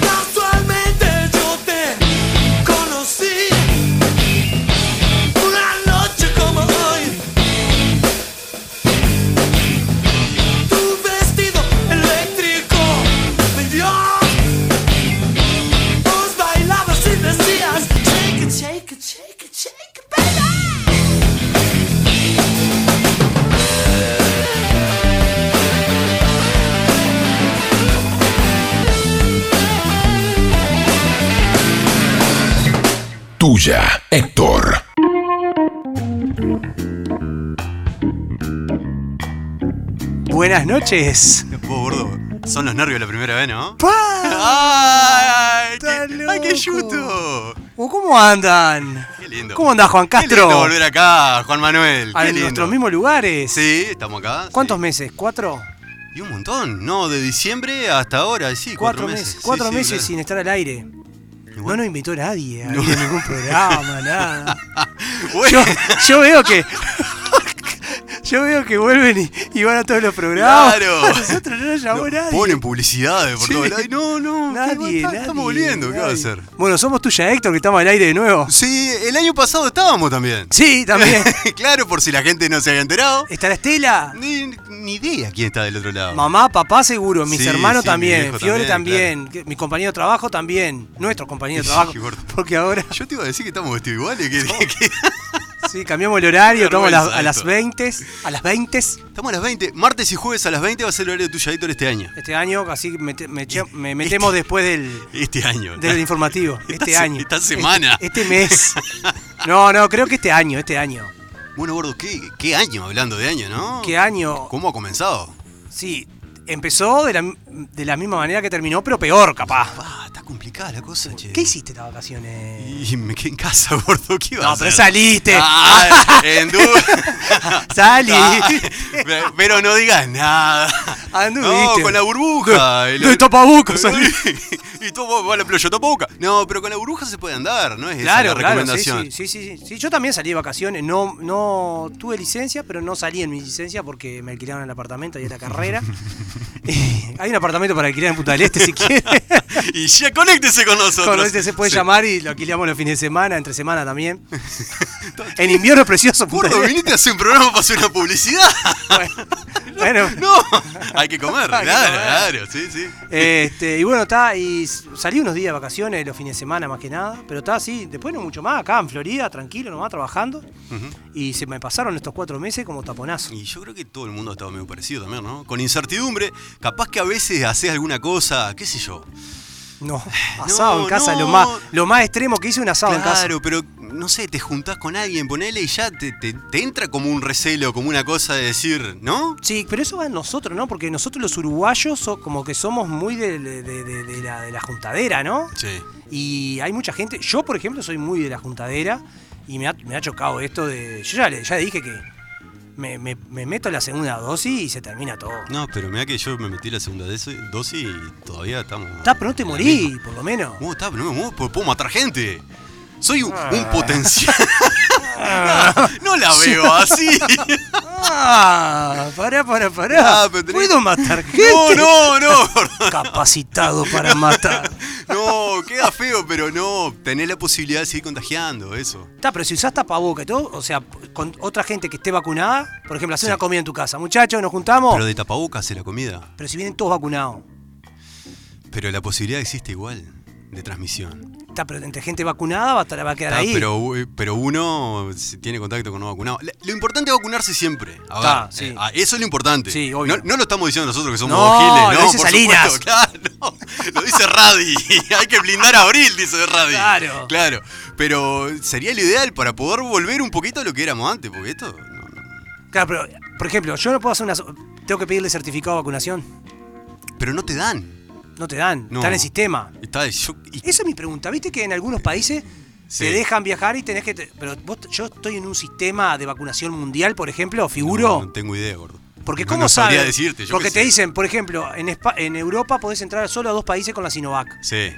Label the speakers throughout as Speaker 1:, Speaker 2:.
Speaker 1: Casualmente yo te conocí una noche como hoy. Tu vestido eléctrico me dio. Vos bailabas y decías shake it, shake it, shake it, shake it, baby.
Speaker 2: Tuya, Héctor.
Speaker 3: Buenas noches.
Speaker 4: Gordo, son los nervios la primera vez, ¿no?
Speaker 3: ¡Ay!
Speaker 4: qué, ¡Ay, qué yuto!
Speaker 3: ¿Cómo andan?
Speaker 4: Qué lindo.
Speaker 3: ¿Cómo andás, Juan
Speaker 4: Qué
Speaker 3: Castro?
Speaker 4: lindo volver acá, Juan Manuel.
Speaker 3: A
Speaker 4: qué lindo.
Speaker 3: Ah, nuestros mismos lugares.
Speaker 4: Sí, estamos acá.
Speaker 3: ¿Cuántos
Speaker 4: sí.
Speaker 3: meses? ¿Cuatro?
Speaker 4: Y un montón, ¿no? De diciembre hasta ahora, sí, cuatro, meses. Sí,
Speaker 3: Cuatro
Speaker 4: sí,
Speaker 3: meses
Speaker 4: claro.
Speaker 3: sin estar al aire. No
Speaker 4: bueno.
Speaker 3: nos invitó nadie a ir a ningún programa, nada.
Speaker 4: Bueno,
Speaker 3: Yo, yo veo que. Yo veo que vuelven y, y van a todos los programas.
Speaker 4: Claro.
Speaker 3: A nosotros no nos llamó
Speaker 4: no,
Speaker 3: nadie.
Speaker 4: Ponen publicidades por
Speaker 3: Sí.
Speaker 4: todo el aire. No, no. qué
Speaker 3: Nadie,
Speaker 4: bueno,
Speaker 3: nadie,
Speaker 4: Estamos volviendo, ¿qué va a
Speaker 3: nadie.
Speaker 4: hacer?
Speaker 3: Bueno, somos tuya, Héctor, que estamos al aire de nuevo.
Speaker 4: Sí, el año pasado estábamos también.
Speaker 3: Sí, también.
Speaker 4: claro, por si la gente no se había enterado.
Speaker 3: ¿Está la Estela?
Speaker 4: Ni, ni idea quién está del otro lado.
Speaker 3: Mamá, papá seguro, mis
Speaker 4: Sí,
Speaker 3: hermanos
Speaker 4: sí, mi
Speaker 3: también,
Speaker 4: viejo
Speaker 3: Fiore
Speaker 4: también,
Speaker 3: también, que- mi compañero de trabajo también, nuestro compañero de
Speaker 4: Sí,
Speaker 3: trabajo,
Speaker 4: gordo.
Speaker 3: porque ahora
Speaker 4: Yo te iba a decir que estamos vestidos iguales. que- que-
Speaker 3: sí, cambiamos el horario,
Speaker 4: Qué
Speaker 3: estamos a las,
Speaker 4: vergüenza
Speaker 3: a las
Speaker 4: esto.
Speaker 3: 20, a las este 20
Speaker 4: Estamos a las 20. Martes y jueves a las 20 va a ser el horario de tuya, Héctor, este año.
Speaker 3: este año, así que me, te- me che- me metemos después del,
Speaker 4: Este año.
Speaker 3: del informativo,
Speaker 4: Esta
Speaker 3: este
Speaker 4: se-
Speaker 3: año.
Speaker 4: esta
Speaker 3: este-
Speaker 4: semana.
Speaker 3: Este, mes. No, no, creo que este año, este año.
Speaker 4: Bueno, gordo, ¿qué, qué año hablando de año, no?
Speaker 3: ¿Qué año?
Speaker 4: ¿Cómo ha comenzado?
Speaker 3: Sí, empezó de la, de la misma manera que terminó, pero peor capaz.
Speaker 4: Pa, está complicada la cosa, che.
Speaker 3: ¿Qué hiciste en las vacaciones?
Speaker 4: Y me quedé en casa, gordo. ¿Qué iba a
Speaker 3: No,
Speaker 4: hacer?
Speaker 3: pero saliste.
Speaker 4: Ah, en du-
Speaker 3: Salí.
Speaker 4: Ah, pero no digas nada.
Speaker 3: Ah, Anduviste.
Speaker 4: No, con la burbuja. Y lo-
Speaker 3: De tapabocas salí.
Speaker 4: y tú vos vas a la playa tapaboca. No, pero con la burbuja se puede andar, ¿no? Es
Speaker 3: Claro,
Speaker 4: esa la
Speaker 3: claro,
Speaker 4: recomendación.
Speaker 3: sí, sí, sí, sí, sí. Sí, Yo también salí de vacaciones, no, no tuve licencia, pero no salí en mi licencia porque me alquilaron el apartamento y la carrera. Y hay un apartamento para alquilar en Punta del Este si quiere.
Speaker 4: Y ya conéctese con nosotros.
Speaker 3: Con este se puede
Speaker 4: Sí.
Speaker 3: llamar y lo alquilamos los fines de semana, entre semana también. en invierno es precioso Punta
Speaker 4: Gordo,
Speaker 3: del Este.
Speaker 4: viniste a hacer un programa para hacer una publicidad.
Speaker 3: Bueno,
Speaker 4: No, hay que comer,
Speaker 3: Hay que
Speaker 4: claro, claro, sí, sí.
Speaker 3: este, y bueno, está, y s- salí unos días de vacaciones, los fines de semana más que nada, pero está así, después no mucho más, acá en Florida, tranquilo, nomás trabajando. Y se me pasaron estos cuatro meses como taponazo.
Speaker 4: Y yo creo que todo el mundo ha estado medio parecido también, ¿no? Con incertidumbre, capaz que a veces haces alguna cosa, qué sé yo.
Speaker 3: No, asado
Speaker 4: No,
Speaker 3: en casa,
Speaker 4: no.
Speaker 3: lo más lo más extremo que hice un asado en casa.
Speaker 4: Claro, pero no sé, te juntás con alguien, ponele y ya te, te- te entra como un recelo, como una cosa de decir, ¿no?
Speaker 3: Sí, pero eso va en nosotros, ¿no? Porque nosotros los uruguayos so- como que somos muy de, de- de- de- de la, de la juntadera, ¿no?
Speaker 4: Sí.
Speaker 3: Y hay mucha gente, yo por ejemplo soy muy de la juntadera y me ha, me ha chocado esto de... Yo ya, le- ya dije que me, me- me meto la segunda dosis y se termina todo.
Speaker 4: No, pero mira que yo me metí la segunda des- dosis y todavía estamos.
Speaker 3: Está, pero no te
Speaker 4: en la
Speaker 3: morí,
Speaker 4: misma.
Speaker 3: por lo menos.
Speaker 4: ¿Cómo está? No me muevo, pero puedo matar gente. Soy un, un potencial. no la veo así.
Speaker 3: Ah, pará, pará, pará.
Speaker 4: Ah, pero tenés-
Speaker 3: ¿Puedo matar gente?
Speaker 4: No, no, no.
Speaker 3: Capacitado para matar.
Speaker 4: No, queda feo, pero no. Tenés la posibilidad de seguir contagiando, eso.
Speaker 3: Está, pero si usás tapaboca y todo, o sea, con otra gente que esté vacunada, por ejemplo, hacer una comida en tu casa, muchachos, nos juntamos,
Speaker 4: Pero
Speaker 3: pero,
Speaker 4: de tapabocas es la comida.
Speaker 3: si vienen todos vacunados.
Speaker 4: Pero la posibilidad existe igual de transmisión.
Speaker 3: Está, pero entre gente vacunada va a, estar- va a quedar
Speaker 4: Está,
Speaker 3: ahí.
Speaker 4: Ah, pero, eh, pero uno se tiene contacto con no vacunado. La- Lo importante es vacunarse siempre. A
Speaker 3: Está,
Speaker 4: ver,
Speaker 3: sí.
Speaker 4: eh, ah, eso es lo importante.
Speaker 3: Sí, obvio.
Speaker 4: No, no lo estamos diciendo nosotros que somos
Speaker 3: No,
Speaker 4: dos giles,
Speaker 3: lo
Speaker 4: no,
Speaker 3: dice
Speaker 4: por
Speaker 3: Salinas.
Speaker 4: supuesto, claro. Lo dice Radi. Hay que blindar a Abril, dice Radi.
Speaker 3: Claro.
Speaker 4: Claro. Pero sería lo ideal para poder volver un poquito a lo que éramos antes, porque esto. no, no.
Speaker 3: Claro, pero, por ejemplo, yo no puedo hacer una... so- Tengo que pedirle certificado de vacunación.
Speaker 4: Pero no te dan.
Speaker 3: No te dan,
Speaker 4: No.
Speaker 3: está en el sistema.
Speaker 4: Está, yo- y-
Speaker 3: Esa es mi pregunta. Viste que en algunos países
Speaker 4: Sí.
Speaker 3: Te dejan viajar y tenés que. te- Pero vos- yo estoy en un sistema de vacunación mundial, por ejemplo, figuro.
Speaker 4: No, no tengo idea, gordo.
Speaker 3: Porque
Speaker 4: No-
Speaker 3: ¿cómo
Speaker 4: no sabría
Speaker 3: sabes?
Speaker 4: decirte, yo
Speaker 3: Porque
Speaker 4: qué
Speaker 3: te
Speaker 4: sé.
Speaker 3: dicen, por ejemplo, en, Espa- en Europa podés entrar solo a dos países con la Sinovac.
Speaker 4: Sí.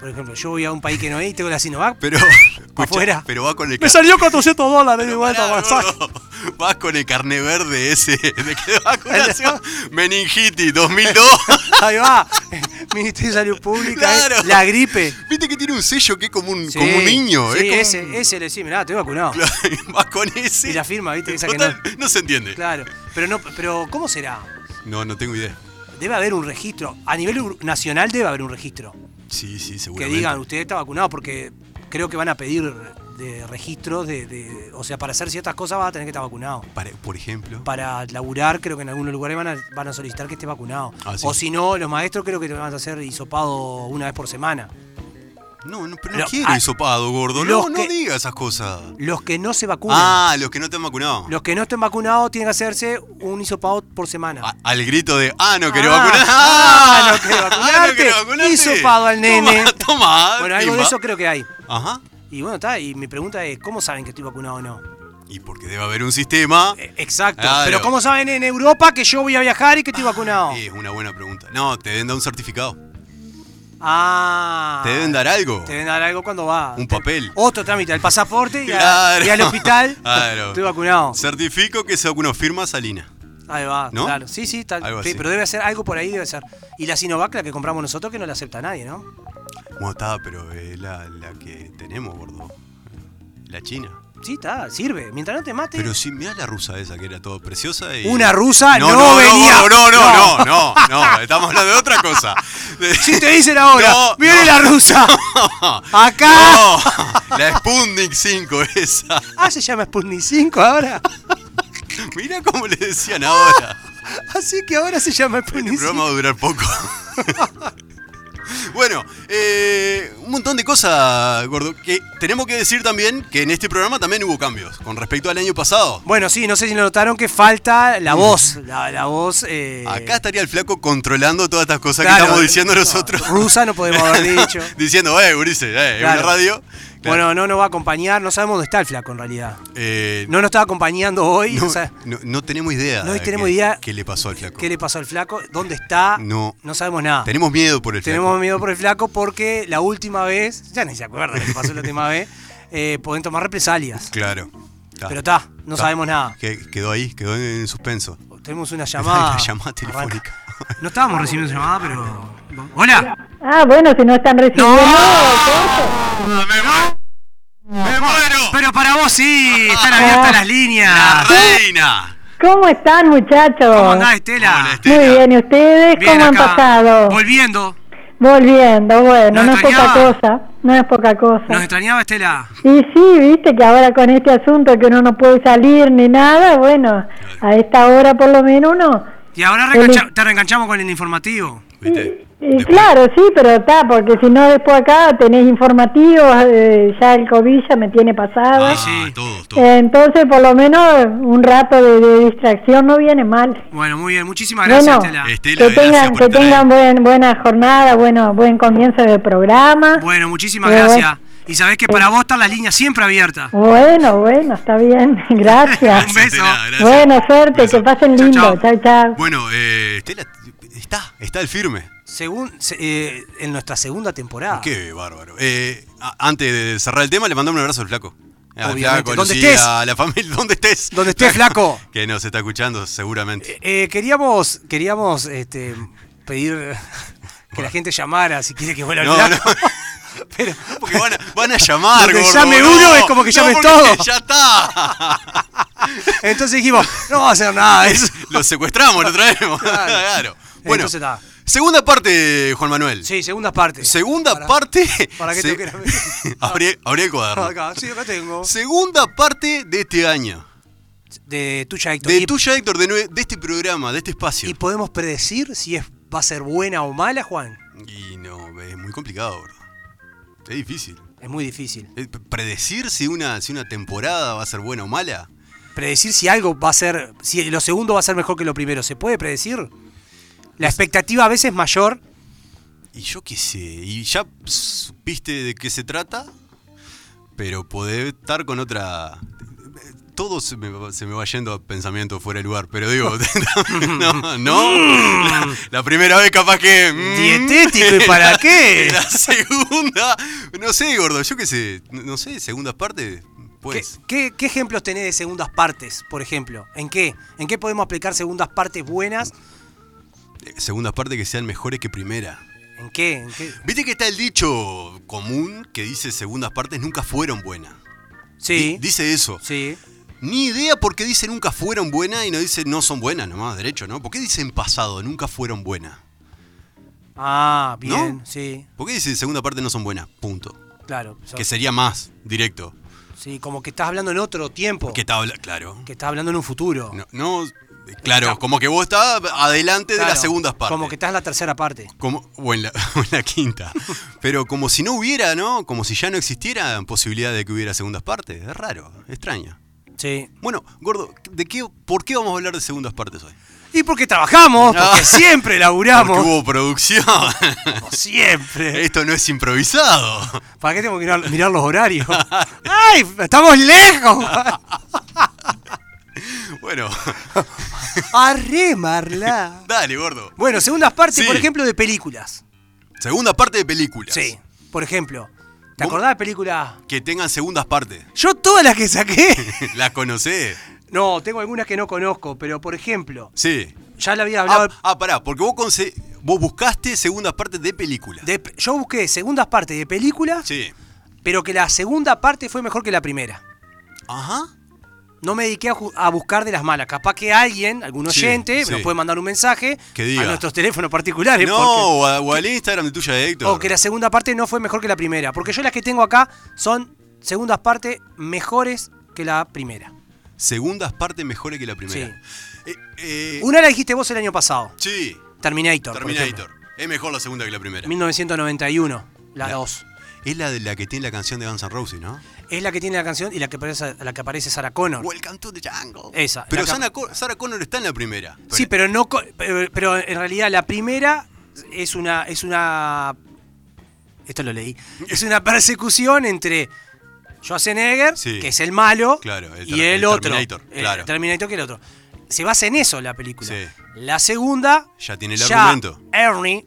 Speaker 3: Por ejemplo, yo voy a un país que no es y tengo la Sinovac.
Speaker 4: Pero. escucha,
Speaker 3: Afuera.
Speaker 4: Pero va con el
Speaker 3: me
Speaker 4: car-
Speaker 3: salió 400 dólares de vuelta
Speaker 4: Pará,
Speaker 3: WhatsApp.
Speaker 4: gordo. Vas con el carné verde ese de que de vacunación. Meningitis 2002.
Speaker 3: Ahí va. Ministerio de Salud Pública,
Speaker 4: Claro.
Speaker 3: eh, la gripe.
Speaker 4: Viste que tiene un sello que es como un,
Speaker 3: Sí,
Speaker 4: como un niño.
Speaker 3: Sí,
Speaker 4: es como
Speaker 3: ese,
Speaker 4: un-
Speaker 3: ese le decís, mirá, estoy vacunado.
Speaker 4: Vas con ese.
Speaker 3: Y la firma, viste, esa que
Speaker 4: Total,
Speaker 3: no.
Speaker 4: no. se entiende.
Speaker 3: Claro. Pero no, pero ¿cómo será?
Speaker 4: No, no tengo idea.
Speaker 3: Debe haber un registro. A nivel ur- nacional debe haber un registro.
Speaker 4: Sí, sí,
Speaker 3: Que
Speaker 4: seguramente.
Speaker 3: digan, usted está vacunado, porque creo que van a pedir de registros de, de- O sea, para hacer ciertas cosas vas a tener que estar vacunado.
Speaker 4: Para- por ejemplo.
Speaker 3: Para laburar, creo que en algunos lugares van a, van a solicitar que esté vacunado.
Speaker 4: Ah, sí.
Speaker 3: O si no, los maestros creo que te van a hacer hisopado una vez por semana.
Speaker 4: No, no, pero no
Speaker 3: Lo-
Speaker 4: quiero
Speaker 3: ah,
Speaker 4: hisopado, gordo.
Speaker 3: los
Speaker 4: No, no
Speaker 3: que-
Speaker 4: digas esas cosas.
Speaker 3: Los que no se vacunan.
Speaker 4: Ah, los que no te han vacunado.
Speaker 3: Los que no estén vacunados tienen que hacerse un hisopado por semana.
Speaker 4: A- al grito de, ah, no querés
Speaker 3: Ah,
Speaker 4: vacunar.
Speaker 3: ah, no querés
Speaker 4: Ah, no querés
Speaker 3: vacunarte.
Speaker 4: vacunarte.
Speaker 3: Hisopado al nene.
Speaker 4: Toma, toma,
Speaker 3: bueno, algo de
Speaker 4: timba.
Speaker 3: eso creo que hay.
Speaker 4: Ajá.
Speaker 3: Y bueno, está. Y mi pregunta es, ¿cómo saben que estoy vacunado o no?
Speaker 4: Y porque debe haber un sistema.
Speaker 3: Eh, Exacto.
Speaker 4: Claro.
Speaker 3: Pero ¿cómo saben en Europa que yo voy a viajar y que estoy vacunado?
Speaker 4: Sí, es una buena pregunta. No, te deben dar un certificado.
Speaker 3: Ah.
Speaker 4: te deben dar algo.
Speaker 3: Te deben dar algo cuando va.
Speaker 4: Un papel.
Speaker 3: Otro trámite, el pasaporte y, a-
Speaker 4: Claro.
Speaker 3: y al hospital.
Speaker 4: Claro.
Speaker 3: Estoy vacunado.
Speaker 4: Certifico que se vacunó. Firma Salina.
Speaker 3: Ahí va,
Speaker 4: ¿No?
Speaker 3: claro. Sí, sí, tal-
Speaker 4: Algo
Speaker 3: sí,
Speaker 4: así.
Speaker 3: pero debe ser algo por ahí, debe ser. Y la Sinovac, la que compramos nosotros, que no la acepta nadie, ¿no?
Speaker 4: Bueno, está, pero es la, la que tenemos, gordo. La china.
Speaker 3: Sí, está, sirve. Mientras no te mate.
Speaker 4: Pero sí, mirá la rusa esa que era todo preciosa y...
Speaker 3: Una rusa no venía.
Speaker 4: No, no, no,
Speaker 3: No.
Speaker 4: no, no, no, estamos hablando de otra cosa. De-
Speaker 3: Si te dicen ahora,
Speaker 4: No,
Speaker 3: viene
Speaker 4: no.
Speaker 3: la rusa. Acá.
Speaker 4: No, la Sputnik 5 esa.
Speaker 3: Ah, se llama Sputnik 5 ahora.
Speaker 4: Mirá cómo le decían ahora.
Speaker 3: Ah, Así que ahora se llama
Speaker 4: El
Speaker 3: Sputnik 5.
Speaker 4: programa va a durar poco. Bueno, eh, un montón de cosas, gordo. Que tenemos que decir también que en este programa también hubo cambios con respecto al año pasado.
Speaker 3: Bueno, sí, no sé si notaron que falta la voz. La, la voz. eh,
Speaker 4: Mm. Acá estaría el flaco controlando todas estas cosas que
Speaker 3: claro,
Speaker 4: estamos diciendo
Speaker 3: no,
Speaker 4: nosotros.
Speaker 3: Rusa no podemos haber dicho.
Speaker 4: Diciendo, eh, Ulises, eh,
Speaker 3: Claro.
Speaker 4: una radio. Claro,
Speaker 3: Bueno, no nos va a acompañar, no sabemos dónde está el flaco en realidad.
Speaker 4: eh,
Speaker 3: No nos está acompañando hoy,
Speaker 4: no,
Speaker 3: o sea,
Speaker 4: no- no tenemos idea.
Speaker 3: No
Speaker 4: de
Speaker 3: tenemos
Speaker 4: qué-
Speaker 3: idea
Speaker 4: ¿Qué le pasó al flaco?
Speaker 3: qué le pasó al flaco, dónde está,
Speaker 4: No.
Speaker 3: sabemos nada.
Speaker 4: Tenemos miedo por el
Speaker 3: Tenemos
Speaker 4: flaco.
Speaker 3: miedo por el flaco porque la última vez, ya ni se acuerda lo que pasó la última vez, eh, pueden tomar represalias.
Speaker 4: Claro. Está.
Speaker 3: Pero está, no
Speaker 4: Está.
Speaker 3: sabemos nada.
Speaker 4: Que- quedó ahí, quedó en, en suspenso.
Speaker 3: Tenemos una llamada.
Speaker 4: La llamada telefónica.
Speaker 3: Arranca. No estábamos recibiendo llamada, pero. ¡Hola!
Speaker 5: Ah, bueno, si no están recibiendo.
Speaker 4: ¡Me muero!
Speaker 3: Pero para vos sí, están abiertas las líneas.
Speaker 4: ¡Reina!
Speaker 5: ¿Cómo están, muchachos?
Speaker 3: ¿Cómo andás, Estela?
Speaker 4: Hola, Estela.
Speaker 5: Muy bien, ¿y ustedes
Speaker 3: Bien
Speaker 5: cómo han
Speaker 3: acá.
Speaker 5: pasado?
Speaker 3: Volviendo.
Speaker 5: Volviendo, bueno,
Speaker 3: ¿Nos
Speaker 5: no es poca
Speaker 3: extrañaba?
Speaker 5: cosa, no es poca
Speaker 3: ¿Nos
Speaker 5: cosa.
Speaker 3: extrañaba, Estela?
Speaker 5: Y sí, viste que ahora con este asunto que uno no puede salir ni nada, bueno, a esta hora por lo menos uno...
Speaker 3: Y ahora reengancha- te reenganchamos con el informativo.
Speaker 4: ¿Viste?
Speaker 5: Y
Speaker 4: Después-
Speaker 5: claro, sí, pero está, porque si no después acá tenés informativos, eh, ya el COVID ya me tiene pasada.
Speaker 4: Ah,
Speaker 3: Sí.
Speaker 4: todos, todos.
Speaker 5: Entonces, por lo menos un rato de, de distracción no viene mal.
Speaker 3: Bueno, muy bien. Muchísimas gracias,
Speaker 5: Bueno.
Speaker 3: Estela.
Speaker 4: Estela,
Speaker 5: que tengan,
Speaker 4: gracias por
Speaker 5: que
Speaker 4: estar ahí.
Speaker 5: tengan buen, buena jornada, bueno, buen comienzo de programa.
Speaker 3: Bueno, muchísimas
Speaker 5: Eh,
Speaker 3: gracias. Y sabés que para vos están las líneas siempre abiertas.
Speaker 5: Bueno, bueno, está bien, gracias.
Speaker 3: Un beso.
Speaker 4: Estela, gracias.
Speaker 5: Bueno, suerte,
Speaker 4: Beso.
Speaker 5: que pasen
Speaker 3: Chau,
Speaker 5: lindo,
Speaker 3: chau.
Speaker 5: chao, chao.
Speaker 4: Bueno, eh, Estela, está, está el firme.
Speaker 3: Según se- eh, en nuestra segunda temporada.
Speaker 4: Qué bárbaro. Eh, a- antes de cerrar el tema, le mandamos un abrazo al flaco. Al
Speaker 3: Obviamente.
Speaker 4: flaco,
Speaker 3: ¿Dónde
Speaker 4: Lucía,
Speaker 3: estés?
Speaker 4: A la familia, ¿dónde estés?
Speaker 3: Donde estés, flaco.
Speaker 4: Que nos está escuchando seguramente.
Speaker 3: Eh, queríamos queríamos este, pedir que la gente llamara si quiere que vuelva
Speaker 4: No,
Speaker 3: el flaco. Pero
Speaker 4: Porque van a, van a llamar,
Speaker 3: Donde
Speaker 4: gordo,
Speaker 3: llame
Speaker 4: no.
Speaker 3: uno es como que
Speaker 4: No,
Speaker 3: llame
Speaker 4: porque
Speaker 3: todo.
Speaker 4: Ya está.
Speaker 3: entonces dijimos, no va a hacer nada de eso.
Speaker 4: Lo secuestramos, lo
Speaker 3: Claro.
Speaker 4: traemos. Claro. Bueno,
Speaker 3: Entonces está.
Speaker 4: segunda parte, Juan Manuel.
Speaker 3: Sí, segunda parte.
Speaker 4: Segunda
Speaker 3: Para-
Speaker 4: parte.
Speaker 3: para que
Speaker 4: se-
Speaker 3: te quiera ver.
Speaker 4: abrí, abrí el cuaderno.
Speaker 3: Acá, sí, acá tengo.
Speaker 4: Segunda parte de este año.
Speaker 3: De tuya, Héctor.
Speaker 4: De
Speaker 3: Y-
Speaker 4: tuya, Héctor, de, nue- de este programa, de este espacio.
Speaker 3: ¿Y podemos predecir si es, va a ser buena o mala, Juan?
Speaker 4: Y no, es muy complicado, gordo. Es difícil.
Speaker 3: Es muy difícil.
Speaker 4: Eh, p- Predecir si una, si una temporada va a ser buena o mala.
Speaker 3: Predecir si algo va a ser, si lo segundo va a ser mejor que lo primero, ¿se puede predecir? La expectativa a veces es mayor.
Speaker 4: Y yo qué sé. ¿Y ya supiste de qué se trata? pero poder estar con otra. Todo se me, va- se me va yendo a pensamiento fuera de lugar, pero digo, no, no. La, la primera vez capaz que. mm,
Speaker 3: Dietético, ¿y para qué?
Speaker 4: La segunda, no sé, gordo, yo qué sé, no- no sé, segundas partes,
Speaker 3: ¿Qué,
Speaker 4: pues.
Speaker 3: qué, qué ejemplos tenés de segundas partes, por ejemplo? ¿En qué? ¿En qué podemos aplicar segundas partes buenas?
Speaker 4: eh, Segundas partes que sean mejores que primera.
Speaker 3: ¿En qué? ¿En qué?
Speaker 4: Viste que está el dicho común que dice segundas partes nunca fueron buenas. Di-
Speaker 3: Sí.
Speaker 4: Dice eso.
Speaker 3: Sí.
Speaker 4: Ni idea por qué dice nunca fueron buenas y no dice no son buenas, nomás derecho, ¿no? ¿Por qué dicen pasado, nunca fueron buenas?
Speaker 3: Ah, bien,
Speaker 4: ¿No?
Speaker 3: sí.
Speaker 4: ¿Por qué dice segunda parte no son buenas? Punto.
Speaker 3: Claro. so-
Speaker 4: Que sería más directo.
Speaker 3: sí, como que estás hablando en otro tiempo.
Speaker 4: Que está habla- claro.
Speaker 3: Que estás hablando en un futuro.
Speaker 4: No, no, eh, claro, como que vos estás adelante de
Speaker 3: Claro,
Speaker 4: las segundas partes.
Speaker 3: Como que estás en la tercera parte.
Speaker 4: Como, o, en la, o en la quinta. Pero como si no hubiera, ¿no? Como si ya no existiera posibilidad de que hubiera segundas partes. Es raro, extraño.
Speaker 3: Sí.
Speaker 4: Bueno, gordo, ¿de qué, ¿por qué vamos a hablar de segundas partes hoy?
Speaker 3: Y porque trabajamos, porque
Speaker 4: Ah.
Speaker 3: siempre laburamos.
Speaker 4: Porque hubo producción.
Speaker 3: como Siempre.
Speaker 4: Esto no es improvisado.
Speaker 3: ¿Para qué tengo que mirar, mirar los horarios? ¡Ay! ¡Estamos lejos!
Speaker 4: Bueno,
Speaker 3: Arremarla.
Speaker 4: dale, gordo.
Speaker 3: Bueno, segundas partes,
Speaker 4: Sí.
Speaker 3: por ejemplo, de películas.
Speaker 4: Segunda parte de películas.
Speaker 3: Sí. Por ejemplo, ¿te
Speaker 4: ¿Cómo?
Speaker 3: acordás de películas?
Speaker 4: Que tengan segundas partes.
Speaker 3: Yo todas las que saqué.
Speaker 4: ¿Las conocés?
Speaker 3: No, tengo algunas que no conozco, pero por ejemplo,
Speaker 4: Sí.
Speaker 3: ya le había hablado
Speaker 4: Ah, ah, pará, porque vos, conse- vos buscaste segundas partes de películas.
Speaker 3: de- yo busqué segundas partes de películas,
Speaker 4: Sí.
Speaker 3: pero que la segunda parte fue mejor que la primera.
Speaker 4: Ajá.
Speaker 3: No me dediqué a, ju- a buscar de las malas. Capaz que alguien, algún
Speaker 4: Sí,
Speaker 3: oyente,
Speaker 4: sí.
Speaker 3: nos puede mandar un mensaje
Speaker 4: Que diga.
Speaker 3: a nuestros teléfonos particulares.
Speaker 4: No,
Speaker 3: porque-
Speaker 4: o, a- o al Instagram de tuya, Héctor.
Speaker 3: o Oh, que la segunda parte no fue mejor que la primera. Porque yo las que tengo acá son segundas partes mejores que la primera.
Speaker 4: Segundas partes mejores que la primera. Eh, eh,
Speaker 3: Una la dijiste vos el año pasado.
Speaker 4: Sí,
Speaker 3: Terminator. por ejemplo.
Speaker 4: Terminator. Es mejor la segunda que la primera.
Speaker 3: 1991, la
Speaker 4: La-
Speaker 3: 2.
Speaker 4: Es la de la que tiene la canción de Guns N' Roses, ¿no?
Speaker 3: Es la que tiene la canción y la que aparece, la que aparece Sarah Connor.
Speaker 4: Welcome to the jungle.
Speaker 3: Esa,
Speaker 4: Pero
Speaker 3: la capa-
Speaker 4: Sarah, Co- Sarah Connor está en la primera.
Speaker 3: sí, pero no co- pero, pero en realidad la primera es una es una esto lo leí. Es una persecución entre Schwarzenegger,
Speaker 4: Sí.
Speaker 3: que es el malo,
Speaker 4: Claro, el ter-
Speaker 3: y el,
Speaker 4: el
Speaker 3: otro,
Speaker 4: Terminator,
Speaker 3: el
Speaker 4: claro.
Speaker 3: Terminator que el otro. Se basa en eso la película.
Speaker 4: Sí.
Speaker 3: La segunda
Speaker 4: Ya tiene el
Speaker 3: ya
Speaker 4: argumento. Ah.
Speaker 3: Ernie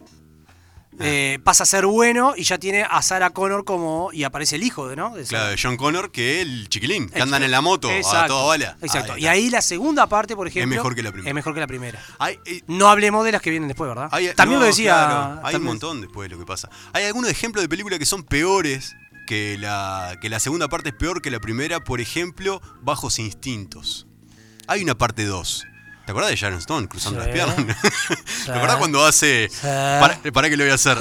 Speaker 3: eh, pasa a ser bueno y ya tiene a Sarah Connor como y aparece el hijo, ¿no? De Sarah.
Speaker 4: Claro, de John Connor, que es el chiquilín, que andan en la moto a
Speaker 3: Exacto,
Speaker 4: toda bala.
Speaker 3: Exacto.
Speaker 4: Ahí
Speaker 3: y
Speaker 4: está.
Speaker 3: ahí la segunda parte, por ejemplo.
Speaker 4: mejor que la primera.
Speaker 3: es mejor que la primera.
Speaker 4: Hay- eh,
Speaker 3: No hablemos de las que vienen después, ¿verdad?
Speaker 4: hay-
Speaker 3: también
Speaker 4: no,
Speaker 3: lo decía.
Speaker 4: claro, hay un
Speaker 3: también-
Speaker 4: montón después de lo que pasa. Hay algunos ejemplos de películas que son peores, que la, que la segunda parte es peor que la primera. Por ejemplo, Bajos Instintos. Hay una parte 2. ¿Te acordás de Sharon Stone cruzando
Speaker 3: Sí.
Speaker 4: las piernas? ¿Te acordás cuando hace... Para, para que lo voy a hacer.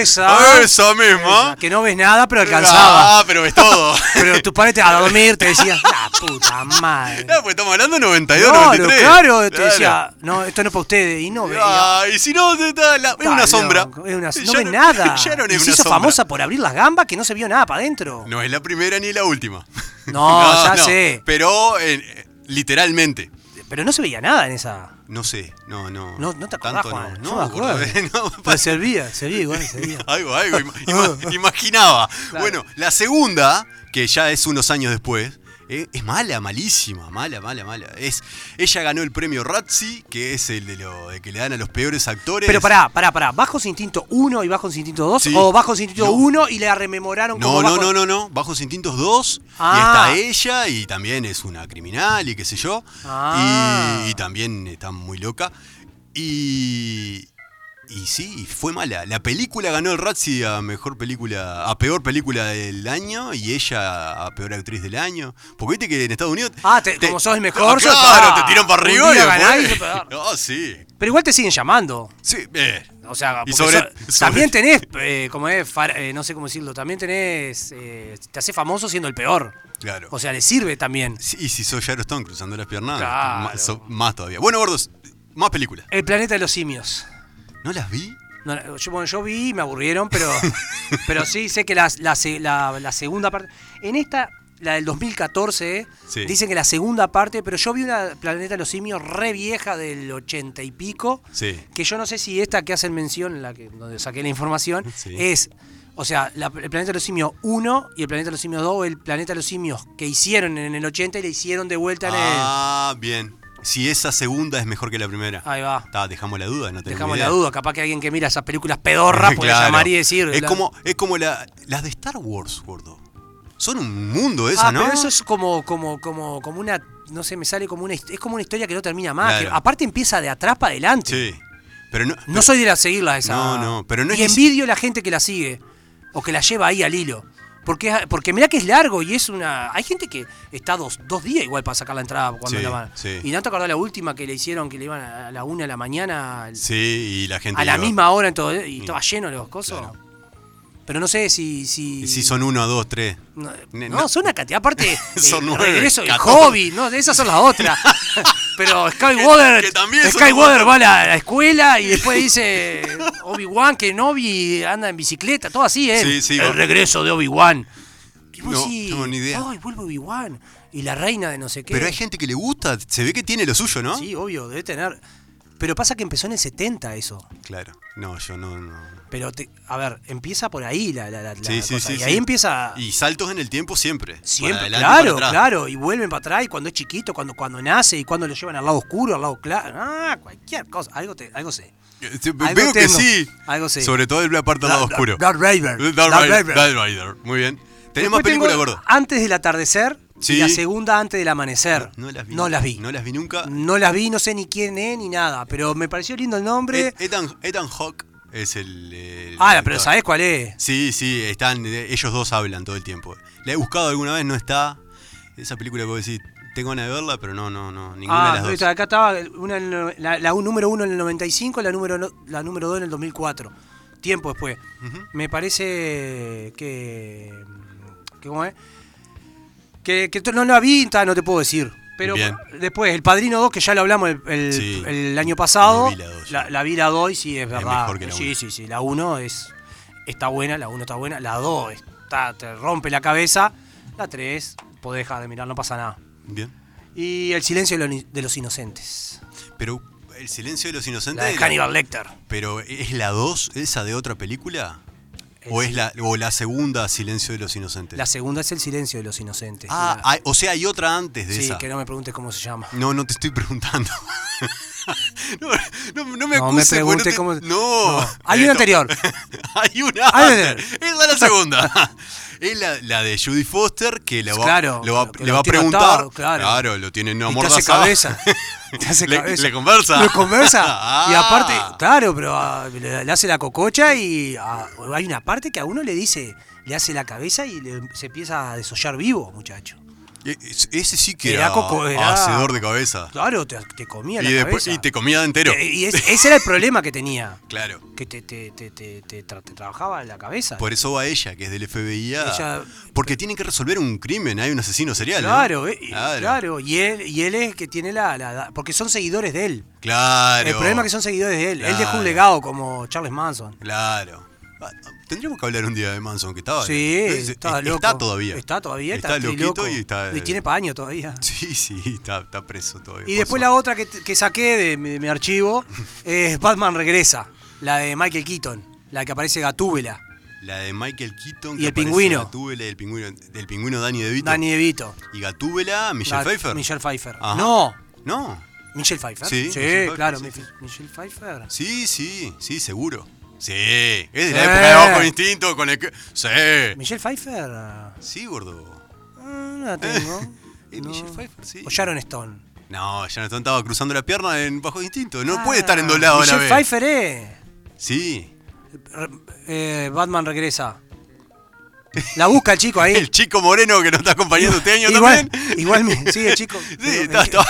Speaker 3: Esa.
Speaker 4: Esa misma.
Speaker 3: Esa, Que no ves nada, pero alcanzaba.
Speaker 4: Ah, pero es todo.
Speaker 3: Pero tus padres te a dormir te decían, la puta madre.
Speaker 4: No, pues estamos hablando de 92,
Speaker 3: Claro,
Speaker 4: 93.
Speaker 3: claro, te decía, no, esto no es para ustedes. Y no veía.
Speaker 4: Ah, y si no, está la- es
Speaker 3: Está loco,
Speaker 4: una sombra.
Speaker 3: es una- no ve
Speaker 4: Sharon-
Speaker 3: nada.
Speaker 4: Sharon
Speaker 3: Y
Speaker 4: es
Speaker 3: se
Speaker 4: una
Speaker 3: hizo
Speaker 4: sombra.
Speaker 3: famosa por abrir las gambas que no se vio nada para adentro.
Speaker 4: No es la primera ni la última.
Speaker 3: No, ya sé.
Speaker 4: Pero eh, literalmente.
Speaker 3: Pero no se veía nada en esa.
Speaker 4: No sé, no, no.
Speaker 3: No, no te acordás,
Speaker 4: tanto
Speaker 3: Juan. yo
Speaker 4: No, no,
Speaker 3: me acuerdo.
Speaker 4: gordo, no,
Speaker 3: Pero servía, servía igual, servía.
Speaker 4: Algo, algo, ima- ima- imaginaba.
Speaker 3: Claro.
Speaker 4: Bueno, la segunda, que ya es unos años después, eh, es mala, malísima, mala, mala, mala. Es, ella ganó el premio Razzie, que es el de lo de que le dan a los peores actores.
Speaker 3: Pero pará, pará, pará. ¿Bajos Instinto 1 y Bajos Instinto 2?
Speaker 4: Sí.
Speaker 3: ¿O Bajos Instinto
Speaker 4: No.
Speaker 3: 1 y la rememoraron
Speaker 4: No,
Speaker 3: como
Speaker 4: no,
Speaker 3: Bajos-
Speaker 4: no, no, no. Bajos Instintos 2.
Speaker 3: Ah.
Speaker 4: Y está ella y también es una criminal y qué sé yo.
Speaker 3: Ah.
Speaker 4: Y, y también está muy loca. Y. Y sí, fue mala. La película ganó el Razzie a mejor película, a peor película del año y ella a peor actriz del año. Porque viste que en Estados Unidos.
Speaker 3: Ah, te- como sos el mejor,
Speaker 4: Ah,
Speaker 3: sos-
Speaker 4: claro,
Speaker 3: ah,
Speaker 4: te tiran para
Speaker 3: un
Speaker 4: arriba y
Speaker 3: día ganás y
Speaker 4: después-
Speaker 3: sos peor.
Speaker 4: No, sí.
Speaker 3: Pero igual te siguen llamando.
Speaker 4: Sí, eh.
Speaker 3: O sea,
Speaker 4: Y
Speaker 3: porque
Speaker 4: sobre-
Speaker 3: so-
Speaker 4: sobre-
Speaker 3: también tenés, eh, como es, far- eh, no sé cómo decirlo, también tenés, eh, te hace famoso siendo el peor.
Speaker 4: Claro.
Speaker 3: O sea, le sirve también.
Speaker 4: Sí, y si soy Sharon Stone cruzando las piernas,
Speaker 3: Claro.
Speaker 4: más, so- más todavía. Bueno, gordos, más películas.
Speaker 3: El planeta de los simios.
Speaker 4: ¿No las vi?
Speaker 3: No, yo, bueno, yo vi y me aburrieron, pero, pero sí sé que las- la, se- la- la segunda parte. En esta, la del 2014,
Speaker 4: Sí.
Speaker 3: dicen que la segunda parte, pero yo vi una Planeta de los Simios re vieja del 80 y pico.
Speaker 4: Sí.
Speaker 3: Que yo no sé si esta que hacen mención, la que donde saqué la información,
Speaker 4: Sí.
Speaker 3: es O sea, la- el Planeta de los Simios 1 y el Planeta de los Simios 2, el Planeta de los Simios que hicieron en el 80 y le hicieron de vuelta en el...
Speaker 4: Ah, bien. Si esa segunda es mejor que la primera.
Speaker 3: Ahí va.
Speaker 4: Está, dejamos la duda, no tenemos
Speaker 3: Ah. Dejamos
Speaker 4: idea.
Speaker 3: la duda, capaz que alguien que mira esas películas pedorras puede
Speaker 4: Claro.
Speaker 3: llamar y decir...
Speaker 4: Es
Speaker 3: la-
Speaker 4: como, es como la- las de Star Wars, gordo. Son un mundo
Speaker 3: Ah,
Speaker 4: esa, ¿no?
Speaker 3: pero eso es como, como, como, como una... No sé, me sale como una... hist- Es como una historia que no termina más.
Speaker 4: Claro.
Speaker 3: que aparte empieza de atrás para adelante.
Speaker 4: Sí. Pero no.
Speaker 3: No soy de las seguirlas esa.
Speaker 4: No, no, pero no
Speaker 3: y
Speaker 4: es que-
Speaker 3: envidio a la gente que la sigue o que la lleva ahí al hilo. Porque, es- porque mirá que es largo y es una. Hay gente que está dos, dos días igual para sacar la entrada cuando
Speaker 4: Sí,
Speaker 3: la van.
Speaker 4: sí.
Speaker 3: Y no te acordás la última que le hicieron que le iban a la una de la mañana, al-
Speaker 4: Sí, y la gente.
Speaker 3: a la
Speaker 4: iba-
Speaker 3: misma hora en todo- y
Speaker 4: Sí.
Speaker 3: estaba lleno los cosos.
Speaker 4: Claro.
Speaker 3: Pero no sé si. si,
Speaker 4: Y si son uno, dos, tres.
Speaker 3: No,
Speaker 4: Ne-
Speaker 3: no, son una cantidad. Aparte,
Speaker 4: Son
Speaker 3: eh,
Speaker 4: nueve,
Speaker 3: regreso, el
Speaker 4: catorce.
Speaker 3: hobby, no, de esas son las otras. Pero Skywater,
Speaker 4: que también son
Speaker 3: Skywater
Speaker 4: otras.
Speaker 3: va a la, a la escuela y después dice Obi-Wan que Novi anda en bicicleta, todo así, ¿eh?
Speaker 4: Sí, sí,
Speaker 3: el
Speaker 4: va-
Speaker 3: regreso de Obi-Wan. Y vos
Speaker 4: No,
Speaker 3: decís,
Speaker 4: tengo ni idea.
Speaker 3: Ay, vuelve Obi-Wan. Y la reina de no sé qué.
Speaker 4: Pero hay gente que le gusta, se ve que tiene lo suyo, ¿no?
Speaker 3: Sí, obvio, debe tener. Pero pasa que empezó en el 70 eso.
Speaker 4: Claro. No, yo no. no.
Speaker 3: Pero, te- a ver, empieza por ahí la, la, la- la
Speaker 4: Sí, sí,
Speaker 3: cosa.
Speaker 4: sí,
Speaker 3: y
Speaker 4: sí.
Speaker 3: ahí empieza...
Speaker 4: Y saltos en el tiempo siempre. para
Speaker 3: Siempre,
Speaker 4: adelante y
Speaker 3: claro,
Speaker 4: para atrás.
Speaker 3: claro. Y vuelven para atrás y cuando es chiquito, cuando, cuando nace y cuando lo llevan al lado oscuro, al lado claro. Ah, cualquier cosa. Algo, te, algo sé.
Speaker 4: Eh, sí,
Speaker 3: Algo
Speaker 4: Veo que
Speaker 3: tengo.
Speaker 4: sí.
Speaker 3: Algo sé.
Speaker 4: Sobre todo el apartado
Speaker 3: Dark-
Speaker 4: oscuro.
Speaker 3: Dark Raven.
Speaker 4: Dark
Speaker 3: Dark
Speaker 4: Raven,
Speaker 3: Raven.
Speaker 4: Dark Rider. Muy bien. Tenemos más
Speaker 3: Después
Speaker 4: películas,
Speaker 3: tengo
Speaker 4: gordo.
Speaker 3: Antes del atardecer y
Speaker 4: Sí.
Speaker 3: la segunda antes del amanecer.
Speaker 4: No las vi.
Speaker 3: No las vi.
Speaker 4: No las vi nunca.
Speaker 3: No las vi, no sé ni quién es ni nada. Pero me pareció lindo el nombre.
Speaker 4: Ed- E-, Ethan, Ethan Hawke es el. el
Speaker 3: ah,
Speaker 4: director.
Speaker 3: pero ¿sabés cuál es?
Speaker 4: Sí, sí, están, eh, ellos dos hablan todo el tiempo. La he buscado alguna vez, no está. Esa película que vos decís, tengo ganas de verla, pero no, no, no, ninguna
Speaker 3: Ah,
Speaker 4: de las
Speaker 3: esta,
Speaker 4: dos.
Speaker 3: acá estaba una en el- la, la un- número uno en el 95, la número, no- la número dos en el 2004. Tiempo después.
Speaker 4: Ujú.
Speaker 3: Me parece que. que ¿Cómo es? Que, que to- no la vi, ta, no te puedo decir. Pero
Speaker 4: Bien.
Speaker 3: después, El Padrino 2, que ya lo hablamos el, el-
Speaker 4: Sí.
Speaker 3: el año pasado.
Speaker 4: No vi la dos,
Speaker 3: la,
Speaker 4: yo.
Speaker 3: la vi la 2 y sí, es verdad.
Speaker 4: mejor que la
Speaker 3: sí,
Speaker 4: uno.
Speaker 3: sí, sí. La 1 es, está buena, la 1 está buena. La 2 está, te rompe la cabeza. La 3, podés dejar de mirar, no pasa nada.
Speaker 4: Bien.
Speaker 3: Y El silencio de los, de los inocentes.
Speaker 4: Pero El silencio de los
Speaker 3: La
Speaker 4: inocentes.
Speaker 3: de Hannibal Lecter.
Speaker 4: Pero ¿es la 2 esa de otra película? ¿O
Speaker 3: El-
Speaker 4: es la, o la segunda Silencio de los Inocentes?
Speaker 3: La segunda es El silencio de los inocentes.
Speaker 4: ah,
Speaker 3: La-
Speaker 4: hay- o sea, hay otra antes de
Speaker 3: sí,
Speaker 4: esa.
Speaker 3: que no me preguntes cómo se llama.
Speaker 4: No, no te estoy preguntando. no, no- no me
Speaker 3: No me
Speaker 4: acuses. porque
Speaker 3: preguntes
Speaker 4: te-
Speaker 3: cómo-
Speaker 4: No.
Speaker 3: no. Hay una anterior.
Speaker 4: Hay una
Speaker 3: Hay una
Speaker 4: antes. Esa es la segunda. es la, la de Judy Foster que la va,
Speaker 3: Claro,
Speaker 4: lo va-
Speaker 3: que
Speaker 4: le
Speaker 3: lo
Speaker 4: va a
Speaker 3: tiene
Speaker 4: preguntar.
Speaker 3: atado, claro.
Speaker 4: lo tiene
Speaker 3: Y te
Speaker 4: amor
Speaker 3: hace cabeza. Te hace
Speaker 4: Le-
Speaker 3: cabeza.
Speaker 4: le conversa.
Speaker 3: Le conversa. Y aparte,
Speaker 4: Ah.
Speaker 3: claro, pero ah, le, le hace la cococha y ah, hay una parte que a uno le dice, le hace la cabeza y le- se empieza a desollar vivo, muchacho.
Speaker 4: E, ese sí que
Speaker 3: Era
Speaker 4: era,
Speaker 3: coco- era-
Speaker 4: hacedor de cabeza.
Speaker 3: Claro, te, te comía
Speaker 4: Y,
Speaker 3: la
Speaker 4: después,
Speaker 3: cabeza.
Speaker 4: y te comía entero.
Speaker 3: Eh, y es- ese era el problema que tenía.
Speaker 4: Claro.
Speaker 3: Que te, te, te, te, te tra- te trabajaba la cabeza.
Speaker 4: Por eso va ella, que es del FBI. a-
Speaker 3: Ella-
Speaker 4: porque tienen que resolver un crimen, hay un asesino serial. ¿no?
Speaker 3: Claro, eh, y- claro. Y, él, y él es que tiene la, la- la- Porque son seguidores de él.
Speaker 4: Claro.
Speaker 3: El problema es que son seguidores de él. Él dejó un
Speaker 4: Claro.
Speaker 3: legado como Charles Manson.
Speaker 4: Claro. Ah, Tendríamos que hablar un día de Manson, que estaba.
Speaker 3: Sí,
Speaker 4: es-
Speaker 3: está,
Speaker 4: es-
Speaker 3: loco.
Speaker 4: Está todavía.
Speaker 3: Está todavía, está,
Speaker 4: Está
Speaker 3: tri
Speaker 4: loquito
Speaker 3: loco.
Speaker 4: y está. eh,
Speaker 3: Y tiene paño todavía.
Speaker 4: Sí, sí, está, está preso todavía.
Speaker 3: Y
Speaker 4: por
Speaker 3: después la
Speaker 4: suerte.
Speaker 3: otra que, que saqué de mi, mi archivo es Batman Regresa, la de Michael Keaton, la que aparece Gatúbela,
Speaker 4: La de Michael Keaton.
Speaker 3: Y
Speaker 4: que
Speaker 3: el
Speaker 4: aparece
Speaker 3: pingüino.
Speaker 4: Gatúbela y el pingüino. Del pingüino Danny DeVito.
Speaker 3: Danny DeVito.
Speaker 4: Y Gatúbela, Michelle
Speaker 3: Gat-
Speaker 4: Pfeiffer.
Speaker 3: Michelle Pfeiffer.
Speaker 4: Ajá.
Speaker 3: No,
Speaker 4: No.
Speaker 3: Michelle Pfeiffer.
Speaker 4: Sí,
Speaker 3: Sí,
Speaker 4: Michelle Pfeiffer,
Speaker 3: claro,
Speaker 4: sí,
Speaker 3: Mifi-
Speaker 4: sí.
Speaker 3: Michelle Pfeiffer.
Speaker 4: Sí, sí, sí, seguro. Sí. Es de la
Speaker 3: Sí.
Speaker 4: época de Bajo Instinto con el que. Sí.
Speaker 3: Michelle Pfeiffer. ah,
Speaker 4: Sí, gordo.
Speaker 3: no la tengo.
Speaker 4: Es
Speaker 3: No.
Speaker 4: Michelle Pfeiffer, sí.
Speaker 3: O Sharon Stone.
Speaker 4: No, Jonathan estaba cruzando la pierna en Bajo Instinto. No
Speaker 3: Ah,
Speaker 4: puede estar en dos lados a la
Speaker 3: Michelle
Speaker 4: vez.
Speaker 3: Pfeiffer eh.
Speaker 4: Sí.
Speaker 3: Re- eh, Batman Regresa. La busca el chico ahí.
Speaker 4: El chico moreno que nos está acompañando este año
Speaker 3: igual,
Speaker 4: también.
Speaker 3: igual me- sí, el chico.
Speaker 4: Sí,
Speaker 3: Pero- eh,
Speaker 4: está- estaba,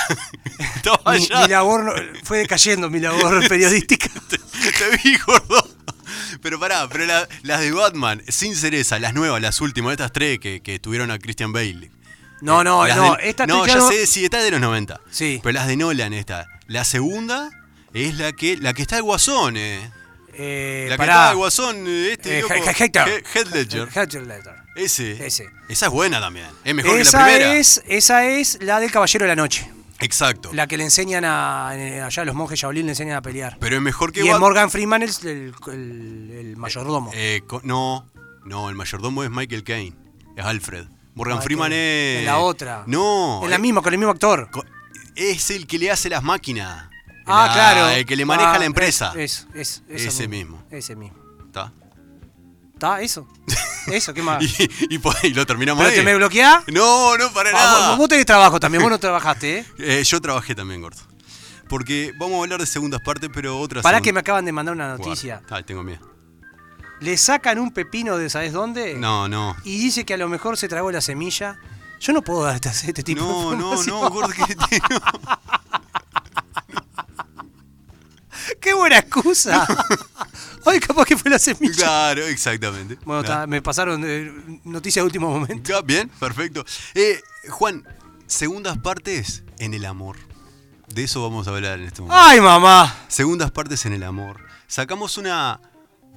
Speaker 4: estaba
Speaker 3: mi,
Speaker 4: allá.
Speaker 3: mi labor no- fue decayendo mi labor periodística.
Speaker 4: Te, te vi, gordo. Pero pará, pero la- las de Batman, sin cereza, las nuevas, las últimas, estas tres que, que tuvieron a Christian Bale.
Speaker 3: No, no,
Speaker 4: Las
Speaker 3: no.
Speaker 4: de-
Speaker 3: esta
Speaker 4: no,
Speaker 3: estoy
Speaker 4: ya
Speaker 3: claro-
Speaker 4: sé, sí, esta es de los 90.
Speaker 3: Sí.
Speaker 4: Pero las de Nolan, esta. La segunda es la que, la que está el guasón, eh.
Speaker 3: Eh,
Speaker 4: La que
Speaker 3: pará.
Speaker 4: está el guasón, eh, este.
Speaker 3: Eh,
Speaker 4: loco.
Speaker 3: He- He- Hector.
Speaker 4: He- Heath Ledger.
Speaker 3: Eh, Heath Ledger.
Speaker 4: Ese.
Speaker 3: Ese.
Speaker 4: Esa es buena también. Es mejor que la
Speaker 3: Esa
Speaker 4: primera.
Speaker 3: es, esa es la del Caballero de la Noche.
Speaker 4: Exacto.
Speaker 3: La que le enseñan a. eh, Allá los monjes Shaolin le enseñan a pelear.
Speaker 4: Pero es mejor que
Speaker 3: y es
Speaker 4: Bat-
Speaker 3: Morgan Freeman el, el, el- el mayordomo.
Speaker 4: Eh, co- no. No, el mayordomo es Michael Caine. Es Alfred. Morgan
Speaker 3: Michael-
Speaker 4: Freeman es.
Speaker 3: Ah, en la otra.
Speaker 4: No.
Speaker 3: En la
Speaker 4: eh,
Speaker 3: misma, con el mismo actor.
Speaker 4: co- Es el que le hace las máquinas.
Speaker 3: Ah,
Speaker 4: La-
Speaker 3: claro.
Speaker 4: El que le maneja
Speaker 3: Ah,
Speaker 4: la empresa.
Speaker 3: Es, es, es-
Speaker 4: Ese
Speaker 3: eso
Speaker 4: mismo.
Speaker 3: Ese mismo.
Speaker 4: ¿Está?
Speaker 3: ¿Está? ¿Eso? ¿Eso? ¿Qué más?
Speaker 4: Y, eh. y por ahí lo terminamos
Speaker 3: ¿Pero
Speaker 4: ahí.
Speaker 3: te me bloqueás?
Speaker 4: No, no, para
Speaker 3: Ah,
Speaker 4: nada.
Speaker 3: vos, vos tenés trabajo también, vos no trabajaste, ¿eh?
Speaker 4: Eh, yo trabajé también, Gordo. Porque vamos a hablar de segundas partes, pero otras.
Speaker 3: Pará que me acaban de mandar una noticia.
Speaker 4: Ay, tengo miedo.
Speaker 3: Le sacan un pepino de ¿sabés dónde?
Speaker 4: No, no.
Speaker 3: Y dice que a lo mejor se tragó la semilla. Yo no puedo dar este, este tipo de
Speaker 4: No, no,
Speaker 3: información.
Speaker 4: no, Gordo. que te- no.
Speaker 3: ¡Qué buena excusa! Ay, capaz que fue la semilla.
Speaker 4: Claro, exactamente.
Speaker 3: Bueno,
Speaker 4: Nah.
Speaker 3: está, me pasaron eh, noticias de último momento.
Speaker 4: Ya, bien, perfecto. Eh, Juan, segundas partes en el amor. De eso vamos a hablar en este momento.
Speaker 3: ¡Ay, mamá!
Speaker 4: Segundas partes en el amor. Sacamos una.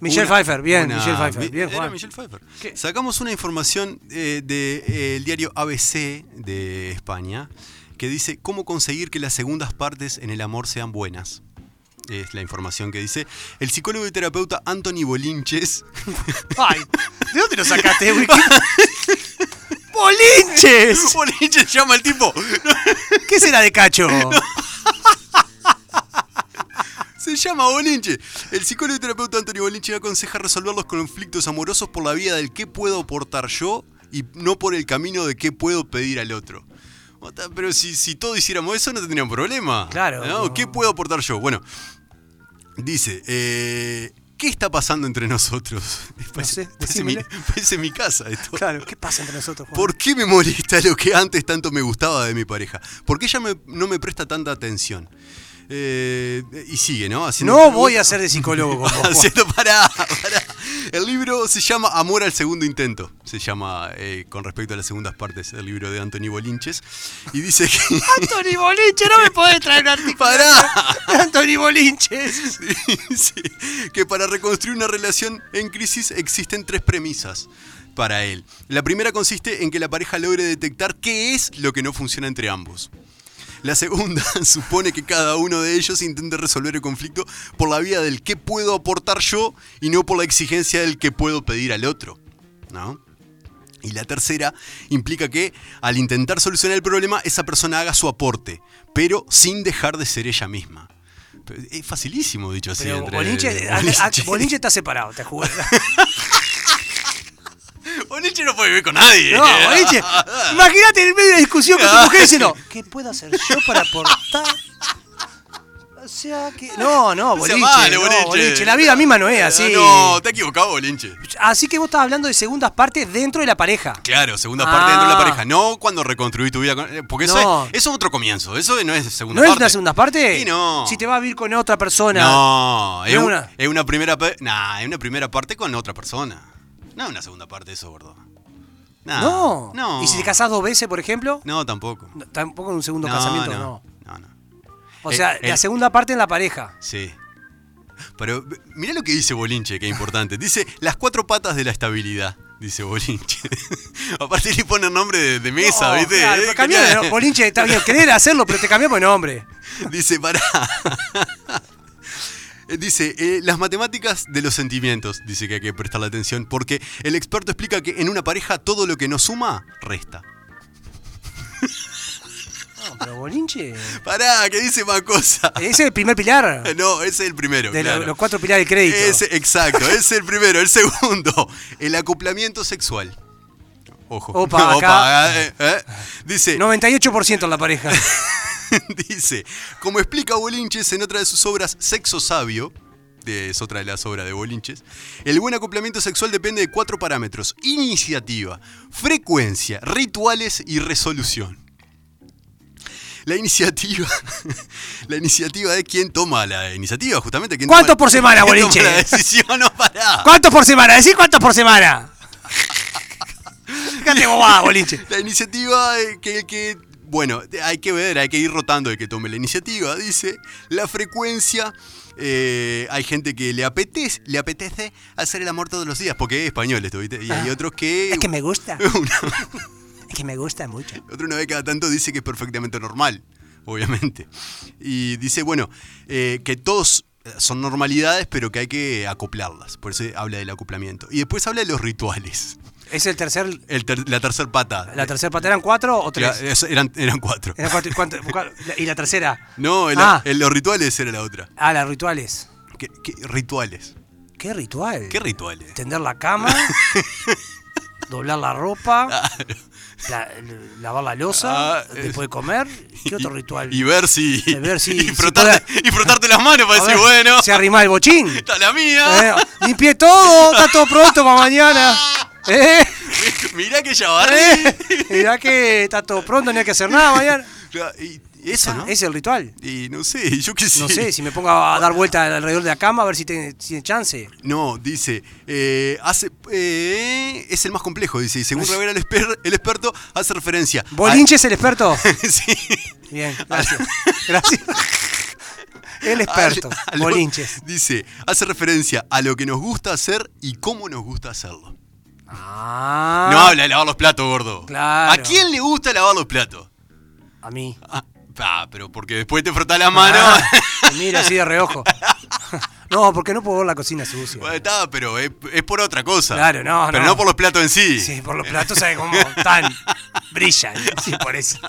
Speaker 3: Michelle
Speaker 4: una-
Speaker 3: Pfeiffer, bien,
Speaker 4: una-
Speaker 3: Michelle Pfeiffer,
Speaker 4: mi-
Speaker 3: bien,
Speaker 4: era
Speaker 3: Juan.
Speaker 4: Michelle Pfeiffer.
Speaker 3: ¿Qué?
Speaker 4: Sacamos una información eh, del diario ABC de España que dice cómo conseguir que las segundas partes en el amor sean buenas. Es la información que dice el psicólogo y terapeuta Anthony Bolinches.
Speaker 3: ¡Ay! ¿De dónde lo sacaste, Wiki? ¡Bolinches!
Speaker 4: Bolinches llama al tipo.
Speaker 3: ¿Qué será de cacho?
Speaker 4: Se llama Bolinche. El psicólogo y terapeuta Antonio Bolinche aconseja resolver los conflictos amorosos por la vía del qué puedo aportar yo y no por el camino de qué puedo pedir al otro. Ota, Pero si, si todos hiciéramos eso no tendríamos problema.
Speaker 3: Claro,
Speaker 4: ¿no?
Speaker 3: no.
Speaker 4: ¿Qué puedo aportar yo? Bueno, dice, eh, ¿qué está pasando entre nosotros? Parece,
Speaker 3: sé,
Speaker 4: parece mi,
Speaker 3: decímelo.
Speaker 4: parece mi casa esto.
Speaker 3: Claro, ¿qué pasa entre nosotros, Juan?
Speaker 4: ¿Por qué me molesta lo que antes tanto me gustaba de mi pareja? ¿Por qué ella me- no me presta tanta atención? Eh, y sigue, ¿no? Haciendo
Speaker 3: No
Speaker 4: preguntas.
Speaker 3: voy a ser de psicólogo con vos, Juan.
Speaker 4: Haciendo- pará, pará. El libro se llama Amor al segundo intento. Se llama eh, con respecto a las segundas partes del libro de Anthony Bolinches. Y dice que.
Speaker 3: Anthony Bolinche, no me podés traer un artículo.
Speaker 4: ¡Pará!
Speaker 3: Anthony Bolinches.
Speaker 4: Dice que para reconstruir una relación en crisis existen tres premisas para él. La primera consiste en que la pareja logre detectar qué es lo que no funciona entre ambos. La segunda supone que cada uno de ellos intente resolver el conflicto por la vía del qué puedo aportar yo y no por la exigencia del que puedo pedir al otro. ¿No? Y la tercera implica que al intentar solucionar el problema, esa persona haga su aporte, pero sin dejar de ser ella misma. Pero Es facilísimo dicho así.
Speaker 3: Pero
Speaker 4: entre-
Speaker 3: Bolinche, a- a-
Speaker 4: Bolinche.
Speaker 3: Bolinche está separado, te juro.
Speaker 4: Bolinche no puede vivir con nadie.
Speaker 3: No, Bolinche, imagínate en medio de la discusión con tu mujer diciendo, ¿qué puedo hacer yo para aportar? O sea que. No, no,
Speaker 4: No sea
Speaker 3: Bolinche.
Speaker 4: malo,
Speaker 3: no,
Speaker 4: Bolinche.
Speaker 3: Bolinche, La vida misma no es así.
Speaker 4: Eh, No, te has equivocado, Bolinche.
Speaker 3: Así que vos estás hablando de segundas partes dentro de la pareja.
Speaker 4: Claro, segunda
Speaker 3: Ah.
Speaker 4: parte dentro de la pareja. No cuando reconstruí tu vida. con- eh, Porque eso,
Speaker 3: No.
Speaker 4: es, eso es otro comienzo. Eso no es segunda
Speaker 3: ¿No
Speaker 4: parte.
Speaker 3: es una segunda parte?
Speaker 4: Sí, no.
Speaker 3: Si te vas a vivir con otra persona.
Speaker 4: No, es,
Speaker 3: ¿No es
Speaker 4: un-
Speaker 3: una?
Speaker 4: es una primera pe- nah, es una primera parte con otra persona. No es una segunda parte eso, gordo. Nah,
Speaker 3: No.
Speaker 4: No.
Speaker 3: ¿Y si te casás dos veces, por ejemplo?
Speaker 4: No, tampoco.
Speaker 3: No, Tampoco en un segundo casamiento, no.
Speaker 4: No, no.
Speaker 3: O
Speaker 4: Eh,
Speaker 3: sea,
Speaker 4: el-
Speaker 3: la segunda parte en la pareja.
Speaker 4: Sí. Pero eh, mirá lo que dice Bolinche, que es importante. Dice las cuatro patas de la estabilidad. Dice Bolinche. Aparte le pone el nombre de, de mesa,
Speaker 3: No,
Speaker 4: ¿viste?
Speaker 3: claro,
Speaker 4: Eh,
Speaker 3: pero cambiá,
Speaker 4: claro.
Speaker 3: no, Bolinche, está bien, querer hacerlo, pero te cambiamos de nombre.
Speaker 4: Dice, pará. Eh, Dice, eh, las matemáticas de los sentimientos, dice que hay que prestarle atención, porque el experto explica que en una pareja todo lo que no suma, resta.
Speaker 3: No, pero Bolinche.
Speaker 4: Pará, que dice más cosa.
Speaker 3: Ese es el primer pilar de
Speaker 4: No, ese es el primero.
Speaker 3: lo-
Speaker 4: claro.
Speaker 3: los cuatro pilares de crédito.
Speaker 4: Ese- exacto, ese es el primero. El segundo, el acoplamiento sexual. Ojo.
Speaker 3: Opa, acá.
Speaker 4: eh, eh. Dice,
Speaker 3: 98% en la pareja.
Speaker 4: Dice, como explica Bolinches en otra de sus obras, Sexo Sabio, de- es otra de las obras de Bolinches, el buen acoplamiento sexual depende de cuatro parámetros, iniciativa, frecuencia, rituales y resolución. La iniciativa, la iniciativa es quien toma la iniciativa, justamente. quien
Speaker 3: ¿Cuántos
Speaker 4: toma-
Speaker 3: por semana,
Speaker 4: quien
Speaker 3: Bolinche?
Speaker 4: toma La decisión, no pará.
Speaker 3: ¿Cuántos por semana? Decí cuántos por semana. Fíjate bobada, Bolinche.
Speaker 4: La iniciativa eh, que, que, bueno, te- hay que ver, hay que ir rotando el que tome la iniciativa, dice. La frecuencia, eh, hay gente que le apetece, le apetece hacer el amor todos los días, porque es español esto, ¿viste? Y hay otros que...
Speaker 3: Ah. Es que me gusta.
Speaker 4: Una-
Speaker 3: Es que me gusta mucho.
Speaker 4: otro una vez cada tanto dice que es perfectamente normal, obviamente. Y dice, bueno, eh, que todos son normalidades, pero que hay que acoplarlas. Por eso habla del acoplamiento. Y después habla de los rituales.
Speaker 3: Es el tercer.
Speaker 4: El ter- la tercera pata.
Speaker 3: ¿La tercera pata eran cuatro o tres?
Speaker 4: Era- es- eran, eran cuatro.
Speaker 3: Eran cuatro, ¿y cuánto- cuál- ¿Y la tercera?
Speaker 4: No, el-
Speaker 3: Ah.
Speaker 4: el- los rituales era la otra.
Speaker 3: Ah, las rituales.
Speaker 4: ¿Qué, qué rituales?
Speaker 3: ¿Qué ritual?
Speaker 4: ¿Qué rituales?
Speaker 3: Tender la cama, doblar la ropa,
Speaker 4: Claro.
Speaker 3: la- l- lavar la losa,
Speaker 4: Ah, eh.
Speaker 3: después de comer. ¿Qué otro ritual?
Speaker 4: Y, y ver si.
Speaker 3: Y ver si-
Speaker 4: y
Speaker 3: si
Speaker 4: frotarte, y frotarte las manos para
Speaker 3: A ver,
Speaker 4: decir, bueno,
Speaker 3: Se arrimaba el bochín.
Speaker 4: está la
Speaker 3: Eh,
Speaker 4: mía.
Speaker 3: limpié todo, está todo pronto para mañana. Eh,
Speaker 4: Mirá que ya barré.
Speaker 3: eh, mirá que está todo pronto, no hay que hacer nada mañana.
Speaker 4: Claro, y- y eso,
Speaker 3: Ah,
Speaker 4: ¿no?
Speaker 3: Es el ritual.
Speaker 4: Y no sé, yo qué sé.
Speaker 3: No sé, si me pongo a dar vueltas alrededor de la cama a ver si tiene, si tiene chance.
Speaker 4: No, dice, eh, hace, eh, es el más complejo, dice, y según Rivera el, exper- el experto, hace referencia. a-
Speaker 3: ¿Bolinche es el experto?
Speaker 4: Sí.
Speaker 3: Bien, gracias. Gracias. El experto,
Speaker 4: A lo-
Speaker 3: bolinches.
Speaker 4: Dice, hace referencia a lo que nos gusta hacer y cómo nos gusta hacerlo.
Speaker 3: Ah,
Speaker 4: No habla de lavar los platos, gordo.
Speaker 3: Claro.
Speaker 4: ¿A quién le gusta lavar los platos?
Speaker 3: a mí.
Speaker 4: Ah, ah, pero porque después te frotas la mano.
Speaker 3: Ah, me mira así de reojo. No, porque no puedo ver la cocina sucia.
Speaker 4: Bueno, está, pero es, es por otra cosa.
Speaker 3: Claro, no,
Speaker 4: Pero
Speaker 3: no.
Speaker 4: no, por los platos en sí.
Speaker 3: Sí, por los platos, ¿sabes cómo tan brillan? Sí, por eso.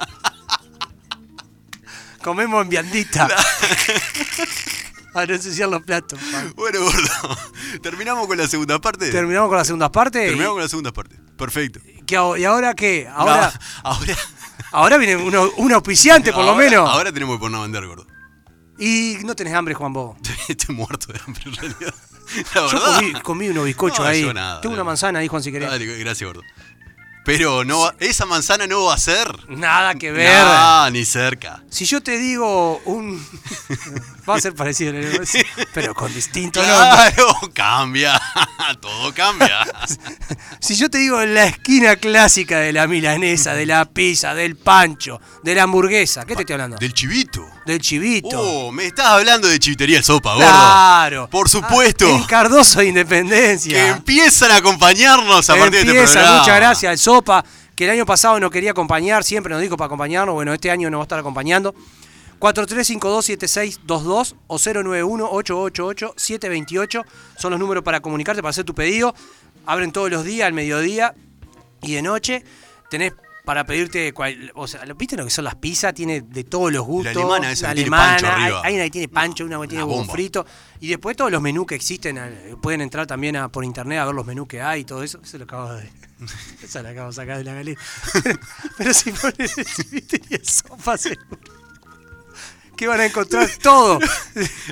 Speaker 3: Comemos en viandita. A no ensuciar los platos. Juan.
Speaker 4: Bueno, gordo, terminamos con la segunda parte.
Speaker 3: Terminamos con la segunda parte.
Speaker 4: Terminamos con la segunda parte. Perfecto.
Speaker 3: ¿Y, qué hago? ¿Y ahora qué? Ahora,
Speaker 4: No, ahora.
Speaker 3: ahora viene uno, un auspiciante, por lo
Speaker 4: ahora-
Speaker 3: menos.
Speaker 4: Ahora tenemos que ponernos a vender, gordo.
Speaker 3: Y no tenés hambre, Juan Bo.
Speaker 4: Estoy muerto de hambre en realidad. La
Speaker 3: Yo
Speaker 4: verdad.
Speaker 3: comí, comí unos bizcochos
Speaker 4: No,
Speaker 3: ahí.
Speaker 4: yo nada,
Speaker 3: Tengo
Speaker 4: no.
Speaker 3: una manzana ahí, Juan, si querés.
Speaker 4: Dale, gracias, gordo. Pero no va- esa manzana no va a ser.
Speaker 3: Nada que ver.
Speaker 4: Nah, ni cerca.
Speaker 3: Si yo te digo un. Va a ser parecido, ¿no? pero con distinto nombre.
Speaker 4: Claro, cambia. Todo cambia.
Speaker 3: Si yo te digo la esquina clásica de la milanesa, de la pizza, del pancho, de la hamburguesa, ¿qué te estoy hablando?
Speaker 4: Del chivito.
Speaker 3: Del chivito.
Speaker 4: Oh, me estás hablando de chivitería el sopa, gordo.
Speaker 3: claro.
Speaker 4: Por supuesto.
Speaker 3: Ah, en Cardoso de
Speaker 4: que
Speaker 3: Independencia.
Speaker 4: empiezan a acompañarnos a partir de este
Speaker 3: Empieza,
Speaker 4: programa.
Speaker 3: muchas gracias al Sopa, que el año pasado no quería acompañar, siempre nos dijo para acompañarnos, bueno, este año nos va a estar acompañando. 43527622 o 091-888-728 son los números para comunicarte, para hacer tu pedido. Abren todos los días, al mediodía y de noche. Tenés para pedirte, cual- o sea, ¿lo- ¿viste lo que son las pizzas? Tiene de todos los gustos.
Speaker 4: alemana esa que tiene pancho
Speaker 3: hay-
Speaker 4: arriba.
Speaker 3: Hay una que tiene pancho, una que tiene
Speaker 4: una
Speaker 3: huevo
Speaker 4: bomba.
Speaker 3: frito. Y después todos los menús que existen, eh, pueden entrar también a- por internet a ver los menús que hay y todo eso. Eso lo acabo de. Esa la acabo de sacar de la galera. Pero, pero si pones el chivitería sopa, seguro. Que van a encontrar todo.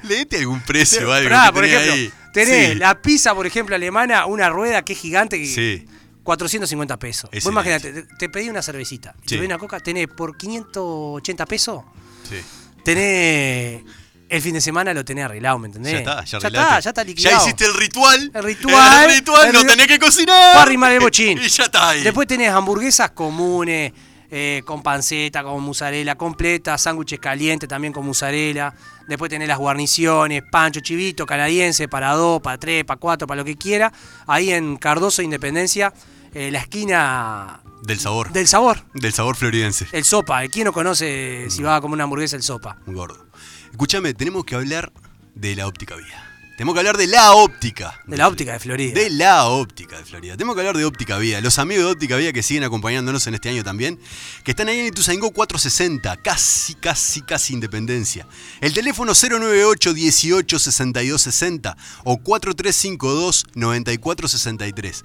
Speaker 4: Leete algún precio, o algo.
Speaker 3: Pará,
Speaker 4: que
Speaker 3: por
Speaker 4: tenés
Speaker 3: ejemplo,
Speaker 4: ahí.
Speaker 3: tenés
Speaker 4: Sí.
Speaker 3: la pizza, por ejemplo, alemana, una rueda que es gigante. Que
Speaker 4: Sí.
Speaker 3: 450 pesos. Vos
Speaker 4: Excelente.
Speaker 3: imaginate, te, te pedí una cervecita,
Speaker 4: Sí.
Speaker 3: te pedí una coca, tenés por 580 pesos,
Speaker 4: Sí.
Speaker 3: tenés el fin de semana lo tenés arreglado, ¿me entendés?
Speaker 4: Ya está, ya
Speaker 3: está,
Speaker 4: arreglaste.
Speaker 3: ya está liquidado.
Speaker 4: Ya hiciste el ritual.
Speaker 3: El ritual.
Speaker 4: El ritual,
Speaker 3: El
Speaker 4: no
Speaker 3: ri-
Speaker 4: tenés que cocinar.
Speaker 3: Para arrimar el bochín.
Speaker 4: y ya está ahí.
Speaker 3: Después tenés hamburguesas comunes, eh, con panceta, con mozzarella completa, sándwiches calientes también con mozzarella. Después tenés las guarniciones, pancho, chivito, canadiense, para dos, para tres, para cuatro, para lo que quiera. Ahí en Cardoso, Independencia, eh, la esquina
Speaker 4: Del sabor.
Speaker 3: del sabor.
Speaker 4: Del sabor floridense.
Speaker 3: El sopa, ¿quién no conoce si va a comer una hamburguesa el sopa?
Speaker 4: Un gordo. Escúchame, tenemos que hablar de la óptica vía. Tenemos que hablar de la óptica.
Speaker 3: De la óptica de Florida.
Speaker 4: De la óptica de Florida. Tenemos que hablar de óptica vía. Los amigos de óptica vía que siguen acompañándonos en este año también. Que están ahí en Ituzaingó 460. Casi, casi, casi independencia. El teléfono 098 18 62 60 o 4352 94 63.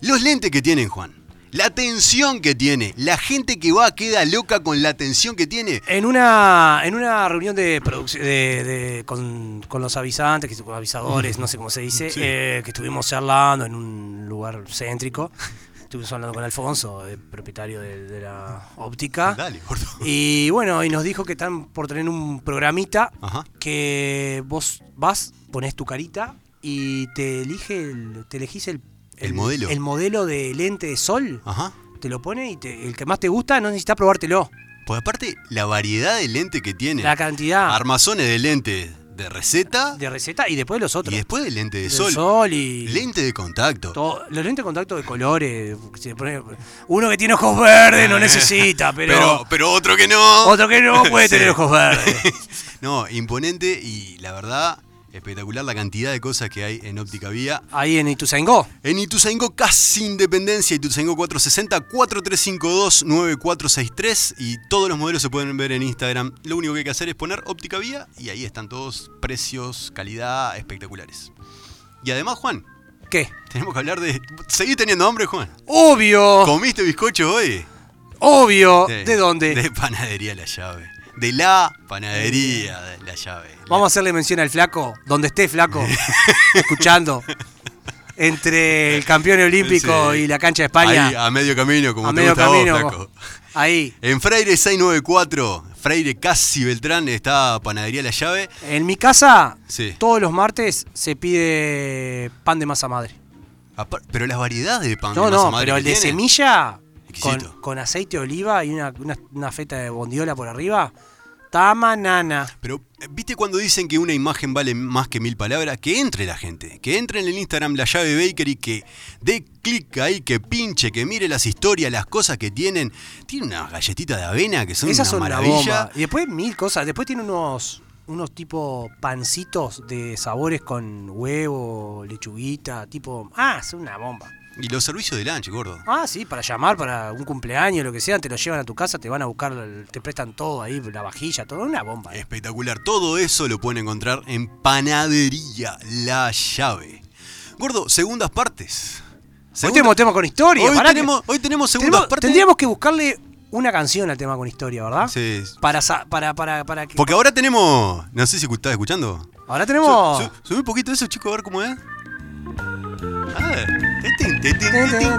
Speaker 4: Los lentes que tienen, Juan. La atención que tiene. La gente que va queda loca con la atención que tiene.
Speaker 3: En una, en una reunión de produc- de- de- con, con los avisantes, que, con avisadores, no sé cómo se dice, eh, que estuvimos charlando en un lugar céntrico. Estuvimos hablando con Alfonso, el propietario de, de la óptica.
Speaker 4: Dale, gordo.
Speaker 3: Y bueno, y nos dijo que están por tener un programita
Speaker 4: Ajá.
Speaker 3: que vos vas, pones tu carita y te elige el- te elegís el,
Speaker 4: El modelo.
Speaker 3: El modelo de lente de sol.
Speaker 4: Ajá.
Speaker 3: Te lo pone y te- el que más te gusta no necesitas probártelo.
Speaker 4: Pues aparte, la variedad de lente que tiene.
Speaker 3: La cantidad
Speaker 4: Armazones de lente de receta
Speaker 3: de receta y después los otros.
Speaker 4: y después de lente de
Speaker 3: Del
Speaker 4: sol.
Speaker 3: y
Speaker 4: Lente de contacto.
Speaker 3: todo- los lentes de contacto de colores. si le pone- uno que tiene ojos verdes no necesita, pero,
Speaker 4: pero, pero otro que no.
Speaker 3: otro que no puede
Speaker 4: Sí.
Speaker 3: tener ojos verdes.
Speaker 4: no, imponente y la verdad, Espectacular la cantidad de cosas que hay en óptica vía.
Speaker 3: Ahí en Ituzaingó.
Speaker 4: En Ituzaingó casi independencia, Ituzaingó 460 4352 9463 y todos los modelos se pueden ver en Instagram. Lo único que hay que hacer es poner óptica vía y ahí están todos precios, calidad, espectaculares. Y además, Juan,
Speaker 3: ¿Qué?
Speaker 4: tenemos que hablar de ¿Seguís teniendo hambre, Juan?
Speaker 3: Obvio,
Speaker 4: ¿Comiste bizcocho hoy?
Speaker 3: obvio.
Speaker 4: Sí.
Speaker 3: Oh. ¿De dónde?
Speaker 4: De panadería La Llave. De la panadería de La Llave.
Speaker 3: Eh. Vamos a hacerle mención al flaco, donde esté flaco, escuchando. Entre el campeón olímpico
Speaker 4: Sí.
Speaker 3: y la cancha de España.
Speaker 4: Ahí, a medio camino, como
Speaker 3: a
Speaker 4: te
Speaker 3: medio
Speaker 4: gusta a vos,
Speaker 3: camino.
Speaker 4: flaco.
Speaker 3: Ahí,
Speaker 4: En Freire 694, Freire Casi Beltrán, está Panadería La Llave.
Speaker 3: en mi casa,
Speaker 4: Sí.
Speaker 3: todos los martes se pide pan de masa madre.
Speaker 4: Apar- Pero las variedades de pan.
Speaker 3: No,
Speaker 4: de masa
Speaker 3: no,
Speaker 4: madre
Speaker 3: pero
Speaker 4: que
Speaker 3: el de
Speaker 4: tiene,
Speaker 3: semilla, con,
Speaker 4: Exquisito.
Speaker 3: con aceite de oliva y una, una- una feta de bondiola por arriba, tamanana.
Speaker 4: Pero, eh, ¿viste cuando dicen que una imagen vale más que mil palabras? Que entre la gente, que entre en el Instagram La Llave Bakery, que dé clic ahí, que pinche, que mire las historias, las cosas que tienen. Tiene unas galletitas de avena que son
Speaker 3: Esas
Speaker 4: una
Speaker 3: son una
Speaker 4: maravilla.
Speaker 3: bomba. Y después mil cosas. Después tiene unos, unos tipo pancitos de sabores con huevo, lechuguita, tipo... Ah, es una bomba.
Speaker 4: Y los servicios de lunch, gordo.
Speaker 3: Ah, sí, para llamar, para un cumpleaños, lo que sea, te lo llevan a tu casa, te van a buscar, el- te prestan todo ahí, la vajilla, todo, una bomba. eh.
Speaker 4: Espectacular. Todo eso lo pueden encontrar en Panadería La Llave. Gordo, segundas partes.
Speaker 3: Hoy
Speaker 4: Segunda-
Speaker 3: tenemos tema con historia.
Speaker 4: Hoy
Speaker 3: pará que-
Speaker 4: tenemos, hoy tenemos segundas
Speaker 3: tenemos-
Speaker 4: partes.
Speaker 3: Tendríamos que buscarle una canción al tema con historia, ¿verdad?
Speaker 4: Sí, sí.
Speaker 3: Para, sa- para, para, para que...
Speaker 4: Porque ahora tenemos. No sé si estás escuchando.
Speaker 3: Ahora tenemos...
Speaker 4: Su- su- Subí un poquito eso, chico, a ver cómo es. A ver. Tin, tin, tin, tin, tin,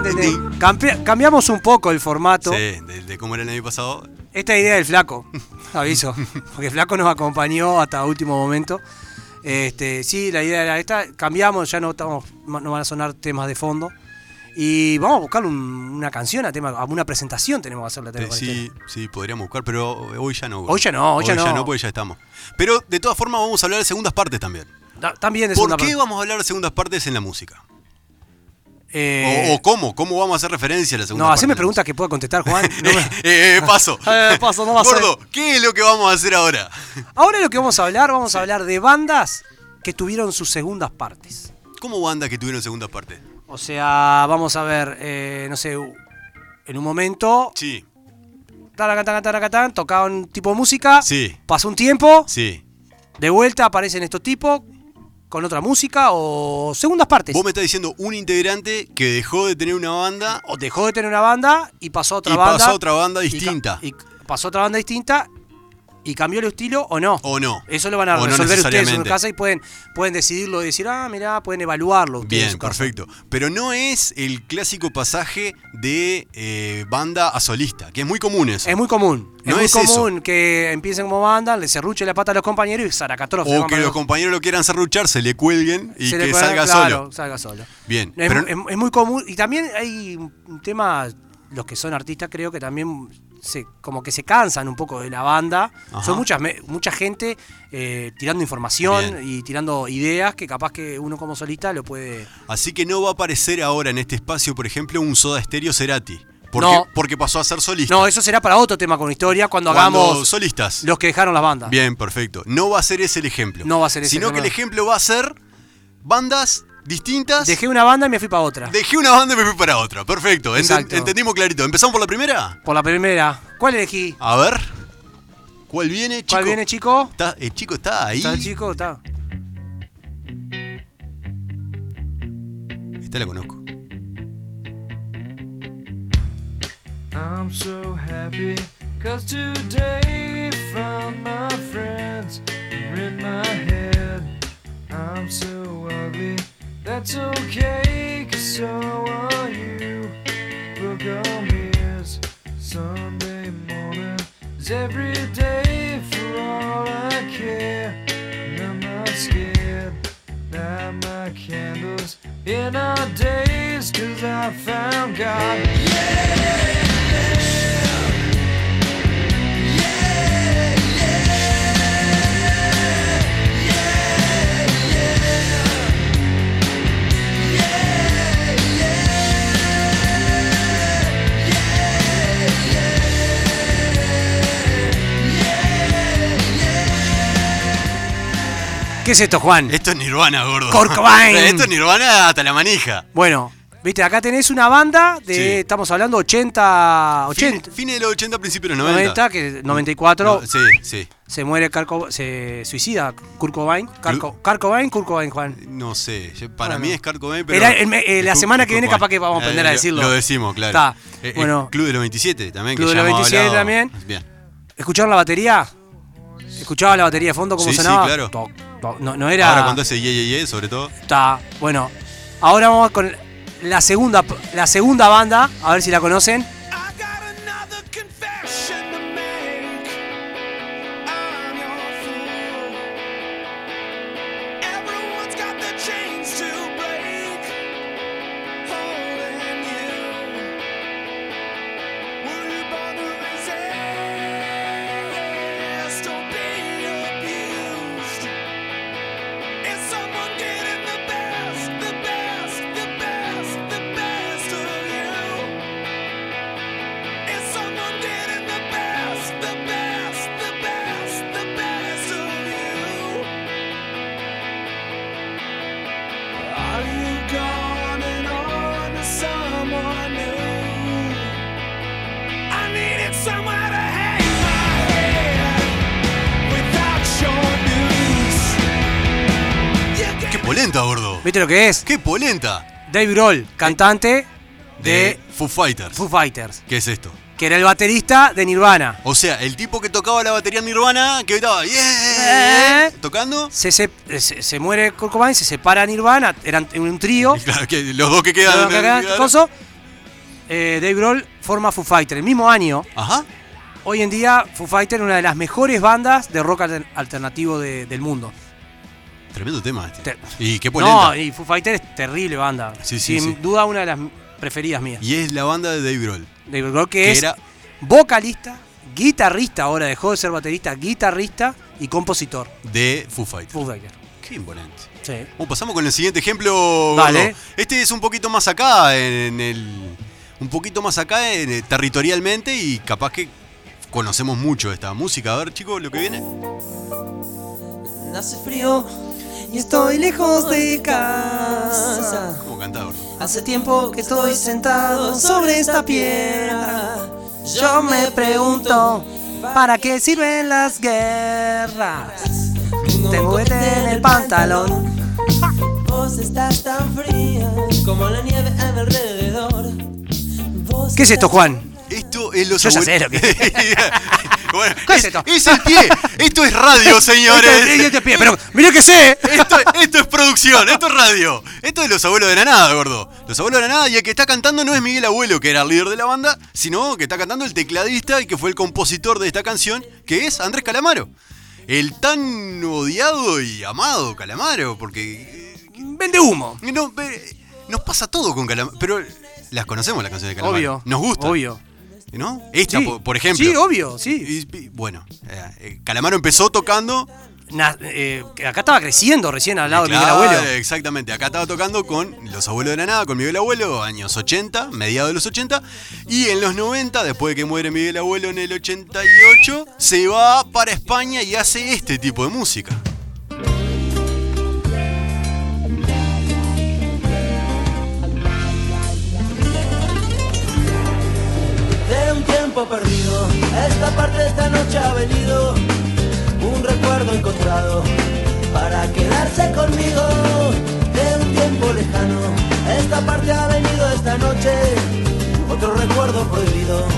Speaker 4: tin, tin.
Speaker 3: Campe- cambiamos un poco el formato.
Speaker 4: Sí, de, de cómo era el año pasado.
Speaker 3: Esta idea del flaco, aviso, porque el flaco nos acompañó hasta último momento. Este, sí, la idea era esta, cambiamos, ya no estamos, no van a sonar temas de fondo. Y vamos a buscar un- una canción a tema, a una presentación tenemos que hacerle a tema
Speaker 4: Eh,
Speaker 3: con
Speaker 4: sí,
Speaker 3: este.
Speaker 4: sí, podríamos buscar, pero hoy ya no. gordo.
Speaker 3: Hoy ya no, hoy ya no.
Speaker 4: porque ya estamos. Pero de todas formas, vamos a hablar de segundas partes también.
Speaker 3: Da- También es
Speaker 4: ¿Por
Speaker 3: una
Speaker 4: qué vamos a hablar de segundas partes en la música?
Speaker 3: eh,
Speaker 4: O, o cómo? ¿Cómo vamos a hacer referencia a la segunda
Speaker 3: No,
Speaker 4: parte?
Speaker 3: haceme preguntas que pueda contestar, Juan. No me-
Speaker 4: Eh, eh, paso.
Speaker 3: Eh, paso, no va a ser.
Speaker 4: Gordo, ¿qué es lo que vamos a hacer ahora?
Speaker 3: Ahora lo que vamos a hablar, vamos a hablar de bandas que tuvieron sus segundas partes.
Speaker 4: ¿Cómo bandas que tuvieron segunda parte?
Speaker 3: O sea, vamos a ver, eh, no sé, en un momento
Speaker 4: Sí,
Speaker 3: taracatán, taracatán, tocaba un tipo de música.
Speaker 4: Sí.
Speaker 3: Pasó un tiempo,
Speaker 4: sí.
Speaker 3: de vuelta aparecen estos tipos con otra música o segundas partes.
Speaker 4: Vos me estás diciendo un integrante que dejó de tener una banda
Speaker 3: O dejó de tener una banda y pasó a otra
Speaker 4: Y
Speaker 3: banda.
Speaker 4: pasó a otra banda
Speaker 3: y ca-
Speaker 4: distinta.
Speaker 3: Y, pasó a otra banda distinta y cambió el estilo o no.
Speaker 4: o no.
Speaker 3: Eso lo van a
Speaker 4: O no
Speaker 3: resolver ustedes en su
Speaker 4: necesariamente.
Speaker 3: casa y pueden, pueden decidirlo y decir, ah, mirá, pueden evaluarlo ustedes. en
Speaker 4: Bien,
Speaker 3: su casa.
Speaker 4: perfecto. Pero no es el clásico pasaje de eh, banda a solista, que es muy común eso.
Speaker 3: Es muy común.
Speaker 4: No
Speaker 3: es
Speaker 4: es
Speaker 3: muy
Speaker 4: eso.
Speaker 3: común que empiecen como banda, le serruche la pata a los compañeros y Zaracatoro se
Speaker 4: o
Speaker 3: van
Speaker 4: que
Speaker 3: para
Speaker 4: los
Speaker 3: los-
Speaker 4: compañeros lo quieran serruchar, se le cuelguen y
Speaker 3: se le
Speaker 4: que
Speaker 3: puede-
Speaker 4: salga
Speaker 3: claro,
Speaker 4: solo.
Speaker 3: salga solo.
Speaker 4: Bien,
Speaker 3: Es,
Speaker 4: pero-
Speaker 3: es- es muy común. Y también hay un tema, los que son artistas creo que también se, como que se cansan un poco de la banda.
Speaker 4: Ajá.
Speaker 3: Son muchas, me- mucha gente eh, tirando información
Speaker 4: Bien.
Speaker 3: y tirando ideas que capaz que uno como solista lo puede...
Speaker 4: Así que no va a aparecer ahora en este espacio, por ejemplo, un soda estéreo Cerati. Porque,
Speaker 3: No.
Speaker 4: porque pasó a ser solista.
Speaker 3: No, eso será para otro tema con historia cuando,
Speaker 4: Cuando
Speaker 3: hagamos
Speaker 4: solistas.
Speaker 3: los que dejaron las bandas.
Speaker 4: Bien, perfecto. No va a ser ese el ejemplo.
Speaker 3: No va a ser ese
Speaker 4: Sino
Speaker 3: el
Speaker 4: que el
Speaker 3: ejemplo.
Speaker 4: ejemplo va a ser bandas distintas.
Speaker 3: Dejé una banda y me fui para otra.
Speaker 4: Dejé una banda y me fui para otra. Perfecto. Enten-
Speaker 3: Exacto.
Speaker 4: entendimos clarito. ¿Empezamos por la primera?
Speaker 3: Por la primera. ¿Cuál elegí?
Speaker 4: A ver. ¿Cuál viene, chico?
Speaker 3: ¿Cuál viene, chico?
Speaker 4: Está- el chico está ahí.
Speaker 3: ¿Está el chico? Está.
Speaker 4: Esta la conozco.
Speaker 6: I'm so happy cause today found my friends are in my head. I'm so ugly, that's okay cause so are you. Book of mirrors, Sunday morning is every day for all I care. And I'm not scared, light my candles in our days cause I found God.
Speaker 3: ¿Qué es esto, Juan?
Speaker 4: Esto es Nirvana, gordo.
Speaker 3: Kurt Cobain.
Speaker 4: Esto es Nirvana hasta la manija.
Speaker 3: Bueno, viste, acá tenés una banda de,
Speaker 4: Sí.
Speaker 3: estamos hablando, 80, 80,
Speaker 4: Fin- Fines de los 80, principios de los 90.
Speaker 3: 90, que 94,
Speaker 4: No, sí, sí.
Speaker 3: se muere, Kurt Cob- se suicida Kurt Cobain. Kurt
Speaker 4: Lu-
Speaker 3: Co- Kurt Cobain, Kurt Cobain, Juan.
Speaker 4: No sé, yo- para
Speaker 3: Bueno.
Speaker 4: mí es Kurt Cobain, pero...
Speaker 3: Era el me- eh, la
Speaker 4: Kurt-
Speaker 3: semana que
Speaker 4: Kurt
Speaker 3: viene
Speaker 4: Cobain.
Speaker 3: capaz que vamos a aprender a
Speaker 4: Eh, lo-
Speaker 3: decirlo.
Speaker 4: Lo decimos, claro.
Speaker 3: Está,
Speaker 4: Eh, eh,
Speaker 3: bueno.
Speaker 4: Club de los 27 también,
Speaker 3: Club de
Speaker 4: que ya
Speaker 3: los
Speaker 4: hemos
Speaker 3: 27
Speaker 4: hablado.
Speaker 3: también.
Speaker 4: Bien.
Speaker 3: ¿Escucharon la batería? ¿Escuchaba la batería de fondo cómo
Speaker 4: Sí, sí,
Speaker 3: sonaba?
Speaker 4: claro.
Speaker 3: Toc, toc. No, no era...
Speaker 4: Ahora cuando hace ye, ye, ye, sobre todo.
Speaker 3: Está, bueno. Ahora vamos con la segunda, la segunda banda, a ver si la conocen.
Speaker 1: I got another confession to make. I'm your fool. Everyone's got their chains to break. Holding you. Were you born to resist or be abused? Is someone getting the best, the best, the best, the best of you? Is someone getting the best, the best, the best, the best of you? Are you gone and on to someone new? I needed somewhere to hang my head without your news. You
Speaker 4: ¡Qué
Speaker 1: gave
Speaker 4: polenta, gordo!
Speaker 3: ¿Viste lo que es?
Speaker 4: ¡Qué polenta!
Speaker 3: Dave Grohl, cantante
Speaker 4: De,
Speaker 3: de
Speaker 4: Foo Fighters.
Speaker 3: Foo Fighters,
Speaker 4: ¿Qué es esto?
Speaker 3: que era el baterista de Nirvana.
Speaker 4: O sea, el tipo que tocaba la batería en Nirvana, que estaba yeah,
Speaker 3: ¿Eh?
Speaker 4: tocando.
Speaker 3: Se, se, se- se muere Kurt Cobain, se separa Nirvana, eran un trío.
Speaker 4: Y claro, que los dos que quedan.
Speaker 3: Luego que acá,
Speaker 4: claro.
Speaker 3: coso, eh, Dave Grohl forma Foo Fighters, el mismo año.
Speaker 4: Ajá.
Speaker 3: Hoy en día Foo Fighters es una de las mejores bandas de rock alter- alternativo de- del mundo.
Speaker 4: Tremendo tema este.
Speaker 3: Te-
Speaker 4: Y qué polenta.
Speaker 3: No, y Foo Fighters es terrible banda.
Speaker 4: Sí, sí,
Speaker 3: Sin
Speaker 4: sí.
Speaker 3: duda una de las preferidas mías.
Speaker 4: Y es la banda de Dave Grohl.
Speaker 3: David Grohl, que
Speaker 4: Que
Speaker 3: es
Speaker 4: era-
Speaker 3: vocalista, guitarrista, ahora dejó de ser baterista, guitarrista y compositor.
Speaker 4: De Foo Fighters.
Speaker 3: Foo Fighters.
Speaker 4: Qué imponente.
Speaker 3: Sí.
Speaker 4: Bueno, Uh, pasamos con el siguiente ejemplo.
Speaker 3: Dale.
Speaker 4: gordo. Este es un poquito más acá en el. Un poquito más acá en- eh, territorialmente y capaz que conocemos mucho esta música. A ver, chicos, lo que viene.
Speaker 7: Hace frío y estoy lejos de casa.
Speaker 4: ¿Cómo canta, gordo?
Speaker 7: Hace tiempo que estoy sentado sobre esta piedra. Yo me pregunto,
Speaker 3: ¿Para qué sirven las guerras?
Speaker 7: tengo
Speaker 3: Tengo
Speaker 7: cohete
Speaker 3: en el pantalón.
Speaker 7: Vos estás tan fría como la nieve a mi alrededor. Vos
Speaker 3: ¿Qué es esto,
Speaker 7: estás-
Speaker 3: Juan?
Speaker 4: Esto es los
Speaker 3: Yo ya
Speaker 4: abuel-
Speaker 3: sé lo que-
Speaker 4: bueno,
Speaker 3: ¿Qué es
Speaker 4: es,
Speaker 3: esto?
Speaker 4: es el pie. Esto es radio,
Speaker 3: Esto es-
Speaker 4: señores.
Speaker 3: esto es pie, Pero mirá que sé.
Speaker 4: Esto, esto es producción, esto es radio. Esto es Los Abuelos de la Nada, gordo. Los Abuelos de la Nada y el que está cantando no es Miguel Abuelo, que era el líder de la banda, sino que está cantando el tecladista y que fue el compositor de esta canción, que es Andrés Calamaro. El tan odiado y amado Calamaro, porque...
Speaker 3: Vende humo.
Speaker 4: eh, No, eh, nos pasa todo con Calamaro, pero las conocemos las canciones de Calamaro.
Speaker 3: Obvio.
Speaker 4: Nos gusta.
Speaker 3: Obvio.
Speaker 4: ¿No? Esta,
Speaker 3: Sí.
Speaker 4: po- por ejemplo.
Speaker 3: Sí, obvio, sí.
Speaker 4: Y- y- bueno, eh, eh, Calamaro empezó tocando
Speaker 3: Na- eh, acá estaba creciendo recién al lado de Miguel
Speaker 4: Claro,
Speaker 3: Abuelo.
Speaker 4: Exactamente, acá estaba tocando con Los Abuelos de la Nada, con Miguel Abuelo, años 80, mediados de los 80, y en los 90, después de que muere Miguel Abuelo en el 88, se va para España y hace este tipo de música.
Speaker 7: de un tiempo perdido. A esta parte de esta noche ha venido un recuerdo encontrado para quedarse conmigo. De un tiempo lejano, a esta parte ha venido esta noche otro recuerdo prohibido,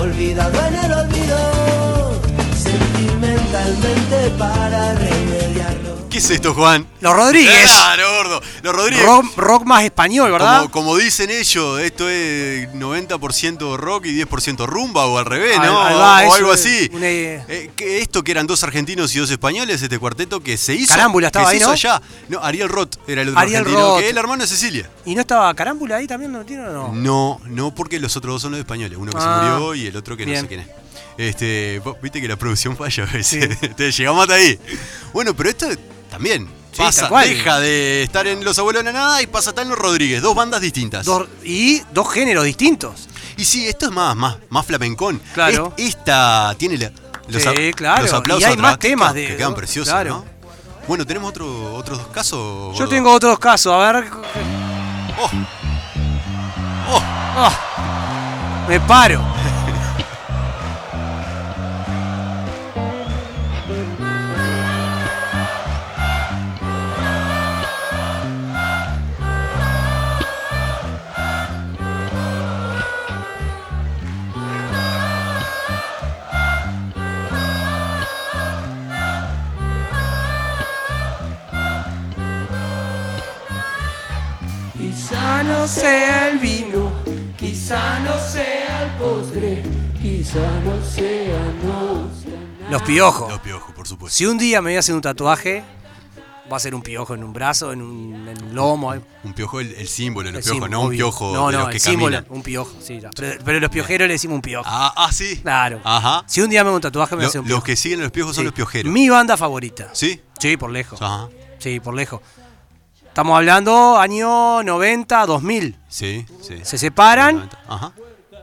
Speaker 7: olvidado en el olvido, sentimentalmente para remediarlo.
Speaker 4: ¿Qué es esto, Juan?
Speaker 3: Los Rodríguez.
Speaker 4: Claro, gordo. Los Rodríguez.
Speaker 3: Rock, rock más español, ¿verdad?
Speaker 4: Como, como dicen ellos, esto es 90% rock y 10% rumba o al revés,
Speaker 3: Ahí-
Speaker 4: ¿no?
Speaker 3: ahí va,
Speaker 4: o
Speaker 3: eso
Speaker 4: algo
Speaker 3: es
Speaker 4: así.
Speaker 3: una idea.
Speaker 4: Eh, que esto que eran dos argentinos y dos españoles, este cuarteto que se hizo.
Speaker 3: Carámbula estaba
Speaker 4: que
Speaker 3: ahí,
Speaker 4: se hizo
Speaker 3: ¿no?
Speaker 4: allá. No, Ariel Roth era el otro
Speaker 3: Ariel
Speaker 4: argentino,
Speaker 3: Roth.
Speaker 4: que es el hermano de Cecilia.
Speaker 3: ¿Y no estaba Carámbula ahí también? ¿No tiene o no?
Speaker 4: No, no, porque los otros dos son los españoles. Uno que
Speaker 3: Ah,
Speaker 4: se murió y el otro que
Speaker 3: bien.
Speaker 4: no sé quién es. Este, vos viste que la producción falla a veces. Te llegamos hasta ahí. Bueno, pero esto también
Speaker 3: Sí,
Speaker 4: pasa.
Speaker 3: tal cual.
Speaker 4: Deja de estar en Los Abuelos de la Nada y pasa a estar en Los Rodríguez. Dos bandas distintas.
Speaker 3: Dos- y dos géneros distintos.
Speaker 4: Y sí, esto es más, más, más flamencón.
Speaker 3: Claro.
Speaker 4: Es- esta tiene la- los,
Speaker 3: Sí,
Speaker 4: a-
Speaker 3: claro.
Speaker 4: los aplausos
Speaker 3: Y hay
Speaker 4: atrás,
Speaker 3: más temas
Speaker 4: que,
Speaker 3: de-
Speaker 4: que quedan preciosos,
Speaker 3: claro.
Speaker 4: ¿no? Bueno, tenemos otro, otros dos casos.
Speaker 3: Yo
Speaker 4: gordo?
Speaker 3: tengo otros casos, a ver.
Speaker 4: Oh. Oh.
Speaker 3: Ah, me paro.
Speaker 8: Quizá no sea el vino, quizá no sea el postre, quizá no sea no.
Speaker 3: Los piojos.
Speaker 4: Los piojos, por supuesto.
Speaker 3: Si un día me voy a hacer un tatuaje, va a ser un piojo en un brazo, en un, en un lomo. eh.
Speaker 4: Un piojo, el, el símbolo, los
Speaker 3: El
Speaker 4: piojos,
Speaker 3: símbolo,
Speaker 4: no un
Speaker 3: obvio.
Speaker 4: piojo
Speaker 3: No,
Speaker 4: de
Speaker 3: no,
Speaker 4: los que
Speaker 3: el símbolo,
Speaker 4: caminan.
Speaker 3: un piojo, sí. no. Pero, pero los piojeros le decimos un piojo.
Speaker 4: Ah, ah, sí.
Speaker 3: Claro.
Speaker 4: Ajá.
Speaker 3: Si un día me hago un tatuaje, me voy a
Speaker 4: Lo-
Speaker 3: hacer un
Speaker 4: los
Speaker 3: piojo.
Speaker 4: que siguen a los piojos son
Speaker 3: Sí.
Speaker 4: los piojeros.
Speaker 3: Mi banda favorita.
Speaker 4: ¿Sí?
Speaker 3: Sí, por lejos.
Speaker 4: Ajá.
Speaker 3: Sí, por lejos. Estamos hablando año 90, 2000.
Speaker 4: Sí, sí.
Speaker 3: Se separan,
Speaker 4: Ajá.
Speaker 3: eh,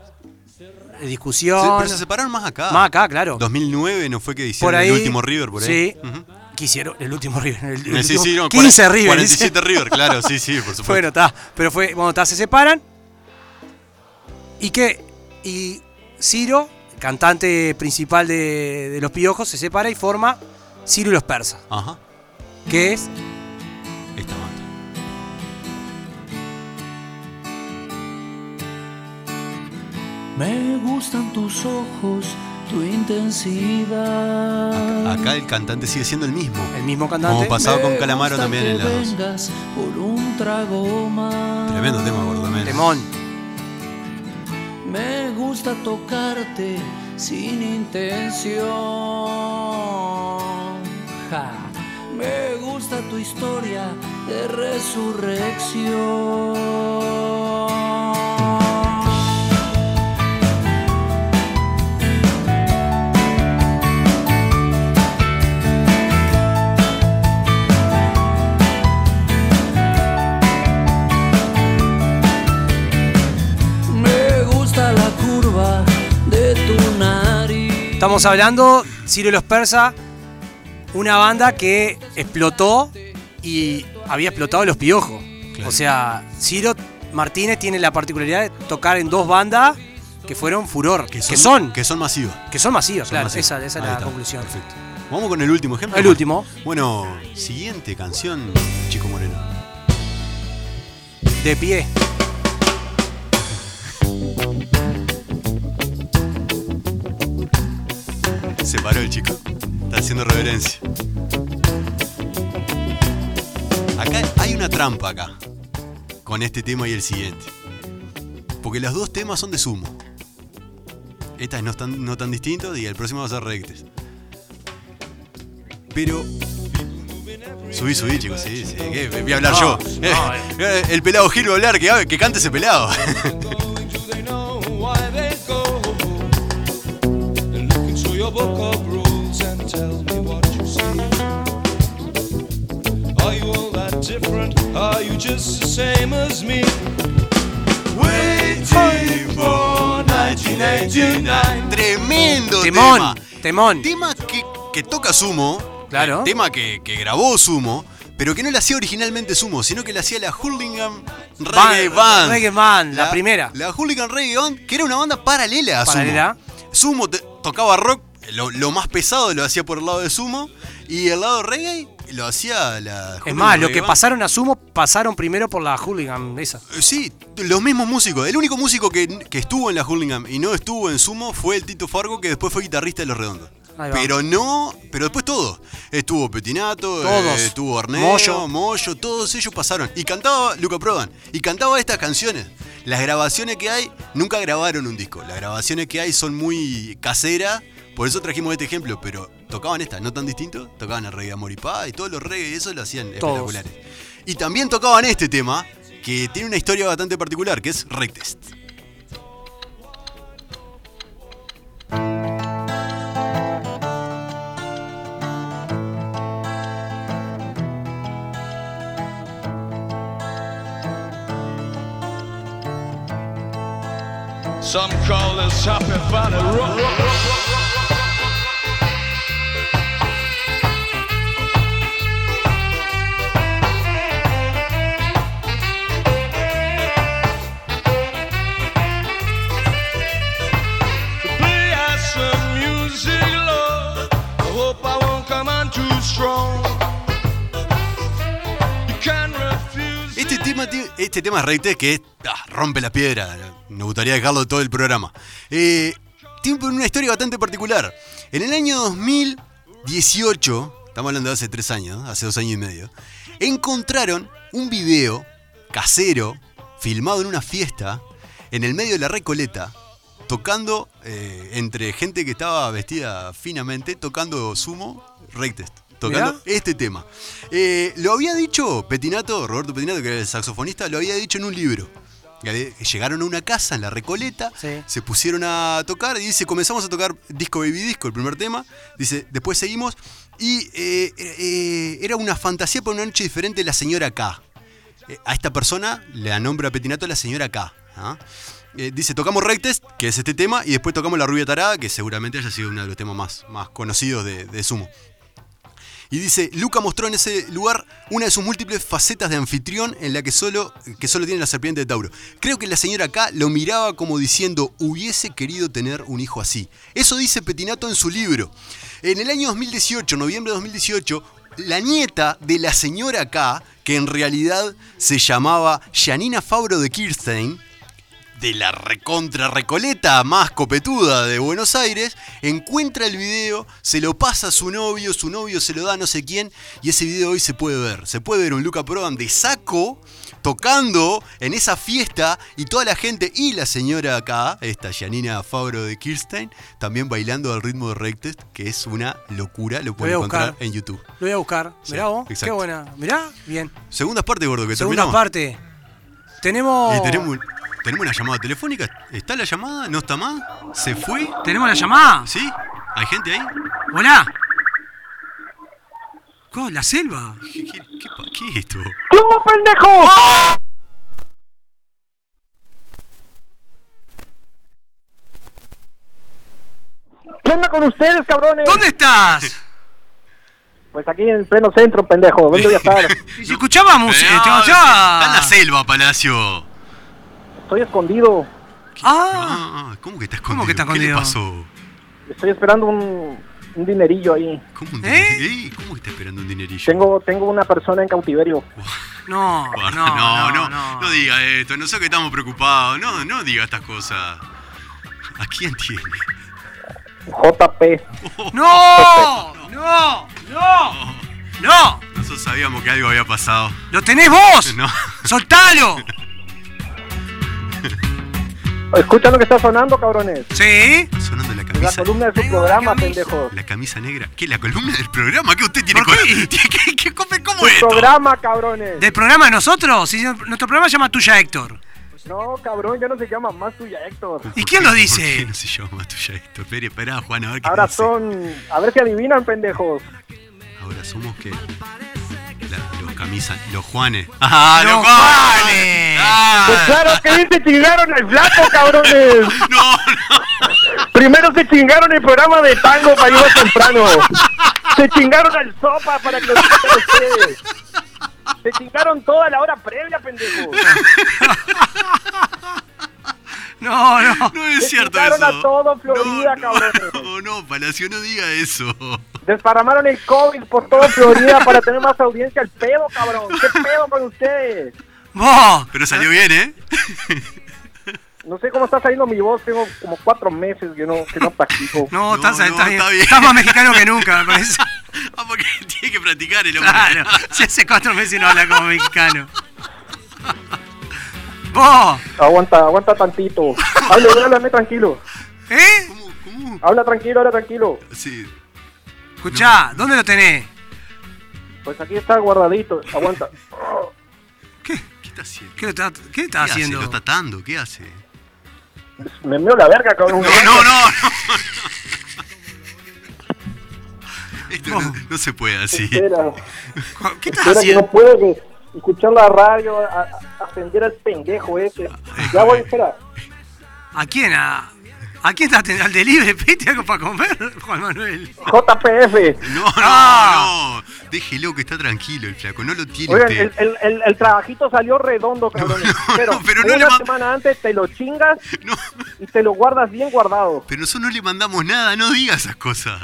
Speaker 4: Se-
Speaker 3: discusión.
Speaker 4: pero se separaron más acá.
Speaker 3: Más acá, claro.
Speaker 4: 2009 no fue que hicieron
Speaker 3: por ahí.
Speaker 4: el último River por ahí.
Speaker 3: Sí.
Speaker 4: Ujú.
Speaker 3: Quisieron el último River. El, el
Speaker 4: Eh, sí,
Speaker 3: último-
Speaker 4: sí, no,
Speaker 3: 15
Speaker 4: cuarenta-
Speaker 3: River.
Speaker 4: 47
Speaker 3: dice.
Speaker 4: River, claro, sí, sí, por
Speaker 3: Bueno,
Speaker 4: supuesto.
Speaker 3: está. Pero fue. Bueno, está. Se separan. ¿Y qué? Y Ciro, cantante principal de, de Los Piojos, se separa y forma Ciro y los Persas.
Speaker 4: Ajá.
Speaker 3: Que es.
Speaker 4: Esta banda.
Speaker 8: Me gustan tus ojos, tu intensidad.
Speaker 4: Acá el cantante sigue siendo el mismo.
Speaker 3: El mismo
Speaker 4: Como
Speaker 3: cantante.
Speaker 4: pasaba con
Speaker 8: Me
Speaker 4: Calamaro
Speaker 8: gusta
Speaker 4: también
Speaker 8: que
Speaker 4: en la dos.
Speaker 8: vengas por un trago más.
Speaker 4: Tremendo tema, gordo. también.
Speaker 3: Temón.
Speaker 8: Me gusta tocarte sin intención. Ja. Me gusta tu historia de resurrección. Me gusta la curva de tu nariz.
Speaker 3: Estamos hablando Ciro y los Persas, una banda que explotó y había explotado los piojos. O sea, Ciro Martínez tiene la particularidad de tocar en dos bandas que fueron furor, que son, que son,
Speaker 4: Que son masivas.
Speaker 3: masivas,
Speaker 4: Son
Speaker 3: claro.
Speaker 4: masivas.
Speaker 3: Esa, esa es
Speaker 4: Ahí
Speaker 3: la
Speaker 4: está,
Speaker 3: conclusión.
Speaker 4: Perfecto. Vamos con el último ejemplo.
Speaker 3: El último.
Speaker 4: Bueno, siguiente canción, Chico Moreno.
Speaker 3: De pie.
Speaker 4: Se paró el chico. Está haciendo reverencia. Acá hay una trampa acá. Con este tema y el siguiente. Porque los dos temas son de sumo. Estas no están no tan distintos y el próximo va a ser rectes. Pero. Subí, subí, chicos, sí, sí. ¿qué? Voy a hablar yo. Eh, el pelado Gil va a hablar, que, que cante ese pelado.
Speaker 6: they know why they go. And look into your book of rules and tell me what you see. Are you all that different? Are you just the same as me? Waiting for 1989.
Speaker 4: Tremendo
Speaker 3: Temón,
Speaker 4: tema.
Speaker 3: temón.
Speaker 4: Tema que, que toca Sumo.
Speaker 3: Claro.
Speaker 4: eh, Tema que, que grabó Sumo. Pero que no le hacía originalmente Sumo, sino que le hacía la Hurlingham Reggae
Speaker 3: Ba-
Speaker 4: Band.
Speaker 3: Reggae Band, la primera.
Speaker 4: La Hurlingham Reggae Band, que era una banda paralela a Sumo.
Speaker 3: Paralela.
Speaker 4: Sumo te- tocaba rock, lo, lo más pesado lo hacía por el lado de Sumo. Y el lado reggae lo hacía la
Speaker 3: Es
Speaker 4: Hurlingham
Speaker 3: más, lo
Speaker 4: Reggae
Speaker 3: que
Speaker 4: Band.
Speaker 3: pasaron a Sumo pasaron primero por la hooligan esa.
Speaker 4: Eh, Sí, los mismos músicos. El único músico que, que estuvo en la Hurlingham y no estuvo en Sumo fue el Tito Fargo, que después fue guitarrista de Los Redondos.
Speaker 3: Ahí va.
Speaker 4: Pero no, pero después todos. Estuvo Petinato,
Speaker 3: Todos.
Speaker 4: eh, estuvo Arneo,
Speaker 3: Moyo.
Speaker 4: Moyo. todos ellos pasaron. Y cantaba Luca Prodan, y cantaba estas canciones. Las grabaciones que hay, nunca grabaron un disco. Las grabaciones que hay son muy caseras, por eso trajimos este ejemplo, pero tocaban estas, no tan distintos. Tocaban el reggae Amor y Paz, y todos los reggae, y eso lo hacían
Speaker 3: Todos.
Speaker 4: espectaculares. Y también tocaban este tema, que tiene una historia bastante particular, que es Rectest.
Speaker 6: Some call this happy valley rock. strong. You can refuse.
Speaker 4: Este tema, ti- este tema es reite que es, ah, rompe la piedra. Nos gustaría dejarlo todo el programa. Eh, tiene una historia bastante particular. En el año 2018, estamos hablando de hace tres años, hace dos años y medio, encontraron un video casero filmado en una fiesta en el medio de la Recoleta, tocando eh, entre gente que estaba vestida finamente, tocando sumo, Reiktest, tocando
Speaker 3: Mirá.
Speaker 4: este tema. Eh, lo había dicho Petinato, Roberto Petinato, que era el saxofonista, lo había dicho en un libro. Eh, Llegaron a una casa en la Recoleta,
Speaker 3: Sí.
Speaker 4: se pusieron a tocar y dice, comenzamos a tocar disco baby disco, el primer tema, dice, después seguimos y eh, eh, era una fantasía por una noche diferente la señora K. Eh, a esta persona la nombra Petinato la señora K. ¿ah? Eh, dice, tocamos Rectest, que es este tema, y después tocamos La Rubia Tarada, que seguramente haya sido uno de los temas más, más conocidos de, de Sumo. Y dice, Luca mostró en ese lugar una de sus múltiples facetas de anfitrión en la que solo, que solo tiene la serpiente de Tauro. Creo que la señora K lo miraba como diciendo, hubiese querido tener un hijo así. Eso dice Petinato en su libro. En el año 2018, noviembre de 2018, la nieta de la señora K, que en realidad se llamaba Janina Fabro de Kirstein, de la recontra recoleta más copetuda de Buenos Aires, encuentra el video, se lo pasa a su novio, su novio se lo da a no sé quién, y ese video hoy se puede ver. Se puede ver un Luca Prodan de saco tocando en esa fiesta y toda la gente y la señora acá, esta Janina Fabro de Kirstein, también bailando al ritmo de Rectest, que es una locura, lo pueden
Speaker 3: voy a
Speaker 4: encontrar
Speaker 3: buscar.
Speaker 4: en YouTube.
Speaker 3: Lo voy a buscar.
Speaker 4: Sí,
Speaker 3: Mirá vos. Qué
Speaker 4: exacto.
Speaker 3: buena. Mirá, bien.
Speaker 4: Segunda parte, gordo, que
Speaker 3: Segunda
Speaker 4: terminamos.
Speaker 3: parte. Tenemos.
Speaker 4: Y tenemos, tenemos una llamada telefónica. ¿Está la llamada? ¿No está más? ¿Se fue?
Speaker 3: ¿Tenemos la llamada?
Speaker 4: ¿Sí? ¿Hay gente ahí?
Speaker 3: Hola. ¿Cómo? ¿La selva?
Speaker 4: ¿Qué, qué- qué pa- qué es esto?
Speaker 5: ¿Cómo pendejo?
Speaker 9: ¿Qué onda con ustedes, cabrones?
Speaker 3: ¿Dónde estás?
Speaker 9: Pues aquí en pleno centro, pendejo. ¿Dónde voy a estar?
Speaker 3: Si se escuchaba música, se escuchaba-
Speaker 4: Eh, ah, Está en la selva, Palacio.
Speaker 9: Estoy escondido.
Speaker 3: Ah,
Speaker 4: Ah, ¿Cómo que está escondido?
Speaker 3: ¿Cómo que está
Speaker 4: ¿Qué le
Speaker 3: escondido?
Speaker 4: pasó?
Speaker 9: Estoy esperando un, un dinerillo ahí.
Speaker 4: ¿Cómo, un
Speaker 3: ¿Eh?
Speaker 4: diner- eh, ¿Cómo que está esperando un dinerillo?
Speaker 9: Tengo, tengo una persona en cautiverio.
Speaker 3: no, no,
Speaker 4: Guarda, no, no,
Speaker 3: no.
Speaker 4: no diga esto. Nosotros que estamos preocupados. No, no diga estas cosas. ¿A quién tiene?
Speaker 9: JP.
Speaker 3: No, no, no, no.
Speaker 4: Nosotros sabíamos que algo había pasado.
Speaker 3: ¿Lo tenés vos?
Speaker 4: No.
Speaker 3: ¡Soltalo!
Speaker 9: Escucha lo que está sonando, cabrones.
Speaker 3: ¿Sí?
Speaker 4: Sonando la
Speaker 9: Es la
Speaker 4: camisa.
Speaker 9: columna de su
Speaker 3: Tengo
Speaker 9: programa,
Speaker 3: camisa.
Speaker 9: pendejo.
Speaker 4: La camisa negra. ¿Qué? ¿La columna del programa? ¿Qué usted tiene
Speaker 3: ¿Por
Speaker 4: con-
Speaker 3: qué?
Speaker 4: ¿Qué- qué- qué- cómo- ¿Cómo
Speaker 9: ¡Tu
Speaker 4: es esto?
Speaker 9: programa, cabrones!
Speaker 3: ¿Del programa de nosotros? Sí, nuestro programa se llama Tuya Héctor.
Speaker 9: No, cabrón, ya no se llama más tuya, Héctor.
Speaker 3: ¿Y quién lo
Speaker 4: ¿Por qué
Speaker 3: dice?
Speaker 4: no se llama tuya esto? Espera, esperá, Juan, a ver qué
Speaker 9: Ahora
Speaker 4: dice.
Speaker 9: son... A ver si adivinan, pendejos.
Speaker 4: Ahora somos que los camisas, los Juanes. ¡Ah,
Speaker 3: ¡Los Juanes!
Speaker 4: ¡Ah!
Speaker 9: Pues claro que bien se chingaron al flaco, cabrones.
Speaker 4: No, no.
Speaker 9: Primero se chingaron el programa de tango para irnos temprano. Se chingaron al sopa para que lo escuchen ustedes. Se chingaron toda la hora previa, pendejo.
Speaker 3: No, no.
Speaker 4: No es
Speaker 9: Le
Speaker 4: cierto
Speaker 9: quitaron
Speaker 4: eso.
Speaker 9: a todo Florida,
Speaker 4: no,
Speaker 9: cabrones.
Speaker 4: no, no, Palacio, no diga eso.
Speaker 9: Desparramaron el COVID por toda Florida para tener más audiencia al pedo, cabrón. ¿Qué pedo con ustedes?
Speaker 3: Vos.
Speaker 4: Pero salió bien, ¿eh?
Speaker 9: No sé cómo está saliendo mi voz. Tengo como cuatro meses que no, que no practico.
Speaker 3: No,
Speaker 4: No,
Speaker 3: estás,
Speaker 4: no,
Speaker 3: estás bien.
Speaker 4: está bien.
Speaker 3: Estás más mexicano que nunca, me parece.
Speaker 4: Ah, porque tiene que practicar el hombre.
Speaker 3: Claro. Si hace cuatro meses no habla como mexicano. Vos.
Speaker 9: Aguanta, aguanta tantito. Hable, háblame tranquilo.
Speaker 3: ¿Eh?
Speaker 4: ¿Cómo, cómo?
Speaker 9: Habla tranquilo, habla tranquilo.
Speaker 4: Sí.
Speaker 3: Escuchá, ¿dónde lo tenés?
Speaker 9: Pues aquí está guardadito. Aguanta.
Speaker 4: ¿Qué está haciendo?
Speaker 3: ¿Qué, lo está, qué está
Speaker 4: hace?
Speaker 3: haciendo?
Speaker 4: ¿Lo está atando? ¿Qué hace?
Speaker 9: Me meo la verga, cabrón.
Speaker 4: No, no, no. no. Esto no, no se puede así.
Speaker 9: Espera,
Speaker 3: ¿Qué estás
Speaker 9: espera que
Speaker 3: haciendo?
Speaker 9: no puedo que- escuchar la radio, a- a- atender al pendejo ese. Ya voy, espera.
Speaker 3: ¿A quién? ¿A, a quién estás atendiendo? ¿Al delivery? ¿Pediste algo para comer, Juan Manuel?
Speaker 9: JPF.
Speaker 4: No, no, no. Déjelo que está tranquilo el flaco. No lo tiene
Speaker 9: Oigan,
Speaker 4: usted.
Speaker 9: el, el- el- el trabajito salió redondo, cabrón.
Speaker 4: no,
Speaker 9: pero
Speaker 4: no, pero no le
Speaker 9: una
Speaker 4: ma-
Speaker 9: semana antes te lo chingas
Speaker 4: No,
Speaker 9: y te lo guardas bien guardado.
Speaker 4: pero nosotros no le mandamos nada, no diga esas cosas.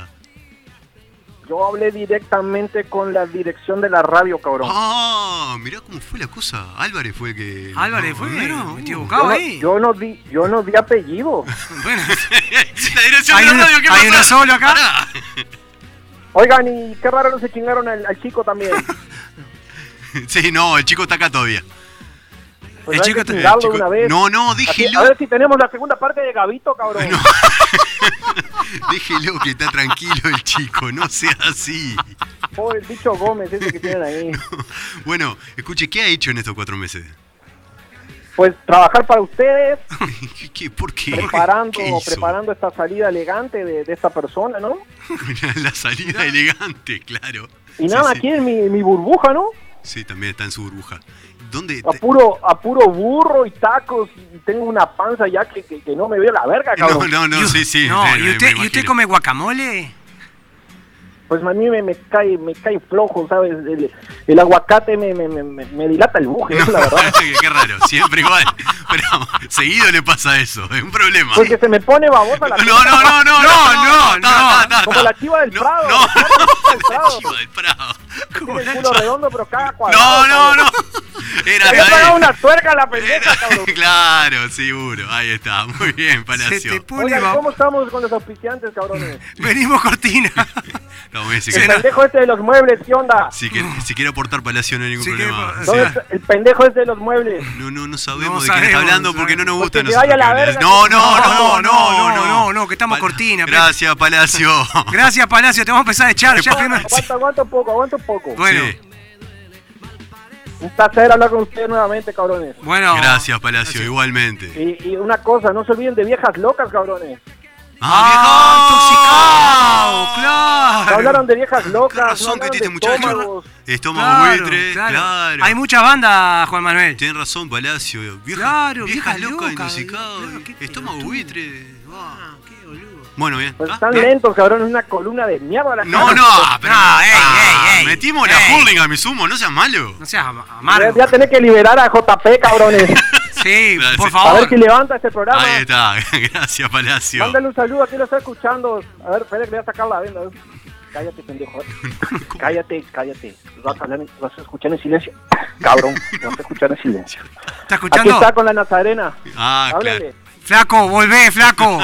Speaker 9: Yo hablé directamente con la dirección de la radio, cabrón.
Speaker 4: Ah, mirá cómo fue la cosa. Álvarez fue el que.
Speaker 3: Álvarez
Speaker 4: No,
Speaker 3: fue,
Speaker 4: bueno,
Speaker 3: metió
Speaker 4: uh.
Speaker 3: bocado
Speaker 9: yo,
Speaker 3: ahí.
Speaker 9: No, yo no di, yo no di apellido.
Speaker 3: Bueno,
Speaker 4: La dirección
Speaker 3: hay
Speaker 4: de la
Speaker 3: uno,
Speaker 4: radio, ¿qué
Speaker 3: hay
Speaker 4: pasa?
Speaker 3: uno solo acá.
Speaker 4: Pará.
Speaker 9: Oigan, y qué raro no se chingaron al, al chico también.
Speaker 4: Sí, no, el chico está acá todavía.
Speaker 9: Pues
Speaker 3: El
Speaker 9: hay
Speaker 3: chico
Speaker 9: que
Speaker 3: te-
Speaker 4: El
Speaker 9: chingarlo
Speaker 4: chico-
Speaker 9: de una vez.
Speaker 4: No, no,
Speaker 9: Así-
Speaker 4: dije
Speaker 9: a
Speaker 4: Leo.
Speaker 9: ver si tenemos la segunda parte de Gabito, cabrón.
Speaker 4: Dije Leo que está tranquilo el chico, no sea así.
Speaker 9: Pobre bicho Gómez ese que tienen ahí.
Speaker 4: Bueno, escuche, ¿qué ha hecho en estos cuatro meses?
Speaker 9: Pues trabajar para ustedes,
Speaker 4: ¿Qué- qué- ¿Por qué?
Speaker 9: preparando,
Speaker 4: ¿Qué hizo?
Speaker 9: preparando esta salida elegante de, de esta persona, ¿no?
Speaker 4: La salida elegante, claro.
Speaker 9: Y
Speaker 4: Sí,
Speaker 9: nada,
Speaker 4: sí.
Speaker 9: aquí en mi, mi burbuja, ¿no?
Speaker 4: Sí, también está en su burbuja. ¿Dónde?
Speaker 9: A
Speaker 4: te-
Speaker 9: puro, a puro burro y tacos. Y tengo una panza ya que, que, que no me veo la verga, cabrón.
Speaker 4: No, no, no,
Speaker 3: Y-
Speaker 4: sí, sí.
Speaker 3: no,
Speaker 4: sí,
Speaker 3: Ah, ¿y
Speaker 4: me
Speaker 3: usted, ¿y usted
Speaker 4: imagino.
Speaker 3: come guacamole?
Speaker 9: Pues a mí me, me cae me cae flojo, ¿sabes? El, el aguacate me, me, me, me- me dilata el buje, la verdad.
Speaker 4: Qué raro, siempre igual. Pero seguido le pasa eso, es un problema.
Speaker 9: Pues que se me pone babosa la
Speaker 4: No,
Speaker 9: chiva,
Speaker 4: no, no, no, no, no, no, no, no.
Speaker 9: Como la chiva del
Speaker 4: No,
Speaker 9: Prado.
Speaker 4: no,
Speaker 9: la chiva del
Speaker 4: la
Speaker 9: Prado.
Speaker 4: chiva del Prado. ¿Cómo
Speaker 9: Tiene
Speaker 4: la
Speaker 9: el culo
Speaker 4: chiva?
Speaker 9: redondo, pero cada cuadrado.
Speaker 4: No, no, no. Era
Speaker 9: Le he
Speaker 4: la-
Speaker 9: pagado una tuerca a la pendeja,
Speaker 4: era-
Speaker 9: cabrón.
Speaker 4: Claro, seguro. Ahí está. Muy bien, Palacio.
Speaker 3: Se te pone
Speaker 9: Oigan,
Speaker 3: va-
Speaker 9: ¿cómo estamos con los auspiciantes, cabrones?
Speaker 3: Venimos cortina.
Speaker 4: No, voy a decir
Speaker 9: El
Speaker 4: que-
Speaker 9: pendejo este de los muebles, ¿qué onda?
Speaker 4: si, que- si quiere aportar Palacio no hay ningún
Speaker 3: Si quiere
Speaker 4: problema.
Speaker 3: pa-
Speaker 4: O
Speaker 9: ¿Dónde
Speaker 4: sea,
Speaker 9: está el pendejo este de los muebles?
Speaker 4: no, no, no sabemos
Speaker 3: No
Speaker 4: de quién está
Speaker 3: sabemos,
Speaker 4: hablando
Speaker 3: no
Speaker 4: porque no nos
Speaker 9: sabemos.
Speaker 4: gusta.
Speaker 9: Porque
Speaker 4: a
Speaker 9: vaya
Speaker 4: nosotros
Speaker 9: la
Speaker 4: que hables.
Speaker 9: verga
Speaker 4: no,
Speaker 9: que-
Speaker 4: no, no, no, no,
Speaker 3: no, no, no, que estamos
Speaker 4: Pal-
Speaker 3: cortina, pero-
Speaker 4: Gracias, Palacio.
Speaker 3: Gracias, Palacio. Te vamos a empezar a echar ya primero.
Speaker 9: Aguanta, aguanta un poco, aguanta un poco.
Speaker 3: Bueno,
Speaker 4: Sí.
Speaker 9: Un placer hablar con ustedes nuevamente, cabrones.
Speaker 3: bueno.
Speaker 4: Gracias, Palacio, igualmente.
Speaker 9: Y, y una cosa, no se olviden de viejas locas, cabrones.
Speaker 3: Ah,
Speaker 4: viejo!
Speaker 9: Se
Speaker 3: intoxicado, claro.
Speaker 9: hablaron de viejas locas,
Speaker 4: Con razón
Speaker 9: no
Speaker 4: que
Speaker 9: hablaron
Speaker 4: tiene este
Speaker 9: de
Speaker 4: muchacho.
Speaker 9: estómagos.
Speaker 4: Estómago
Speaker 3: Claro,
Speaker 4: buitre,
Speaker 3: claro.
Speaker 4: claro.
Speaker 3: Hay muchas bandas, Juan Manuel.
Speaker 4: Tienen razón, Palacio. Vieja,
Speaker 3: Claro,
Speaker 4: viejas
Speaker 3: viejas
Speaker 4: locas,
Speaker 3: locas,
Speaker 4: intoxicadas.
Speaker 3: claro, qué
Speaker 4: Estómago
Speaker 3: pelotudo. Ah,
Speaker 4: buitre. va.
Speaker 3: Qué boludo.
Speaker 4: Bueno, bien.
Speaker 9: Pues
Speaker 4: Ah,
Speaker 9: están
Speaker 4: bien.
Speaker 9: lentos, cabrones, una columna de mierda. la
Speaker 4: No,
Speaker 9: cara.
Speaker 4: no, pero.
Speaker 3: No, ey,
Speaker 4: ah,
Speaker 3: ey, ey.
Speaker 4: metimos la
Speaker 3: Ey.
Speaker 4: holding a mi sumo, no seas malo.
Speaker 3: No seas am-
Speaker 9: Ya,
Speaker 3: amargo.
Speaker 9: ya tenés que liberar a JP, cabrones.
Speaker 3: Sí,
Speaker 4: Gracias.
Speaker 3: por
Speaker 9: A ver
Speaker 3: favor.
Speaker 9: si levanta este programa.
Speaker 4: Ahí está, gracias, Palacio.
Speaker 9: Mándale un saludo, aquí lo está escuchando. A ver, espera que le voy a sacar la venda. a ver. Cállate, pendejo. Cállate, cállate. Vas a, hablar en- vas a escuchar en silencio. Cabrón, vas a escuchar en silencio.
Speaker 3: ¿Está
Speaker 9: Aquí
Speaker 3: escuchando?
Speaker 9: está con la Nazarena.
Speaker 4: Ah,
Speaker 9: Háblale.
Speaker 3: Flaco, volvé, flaco.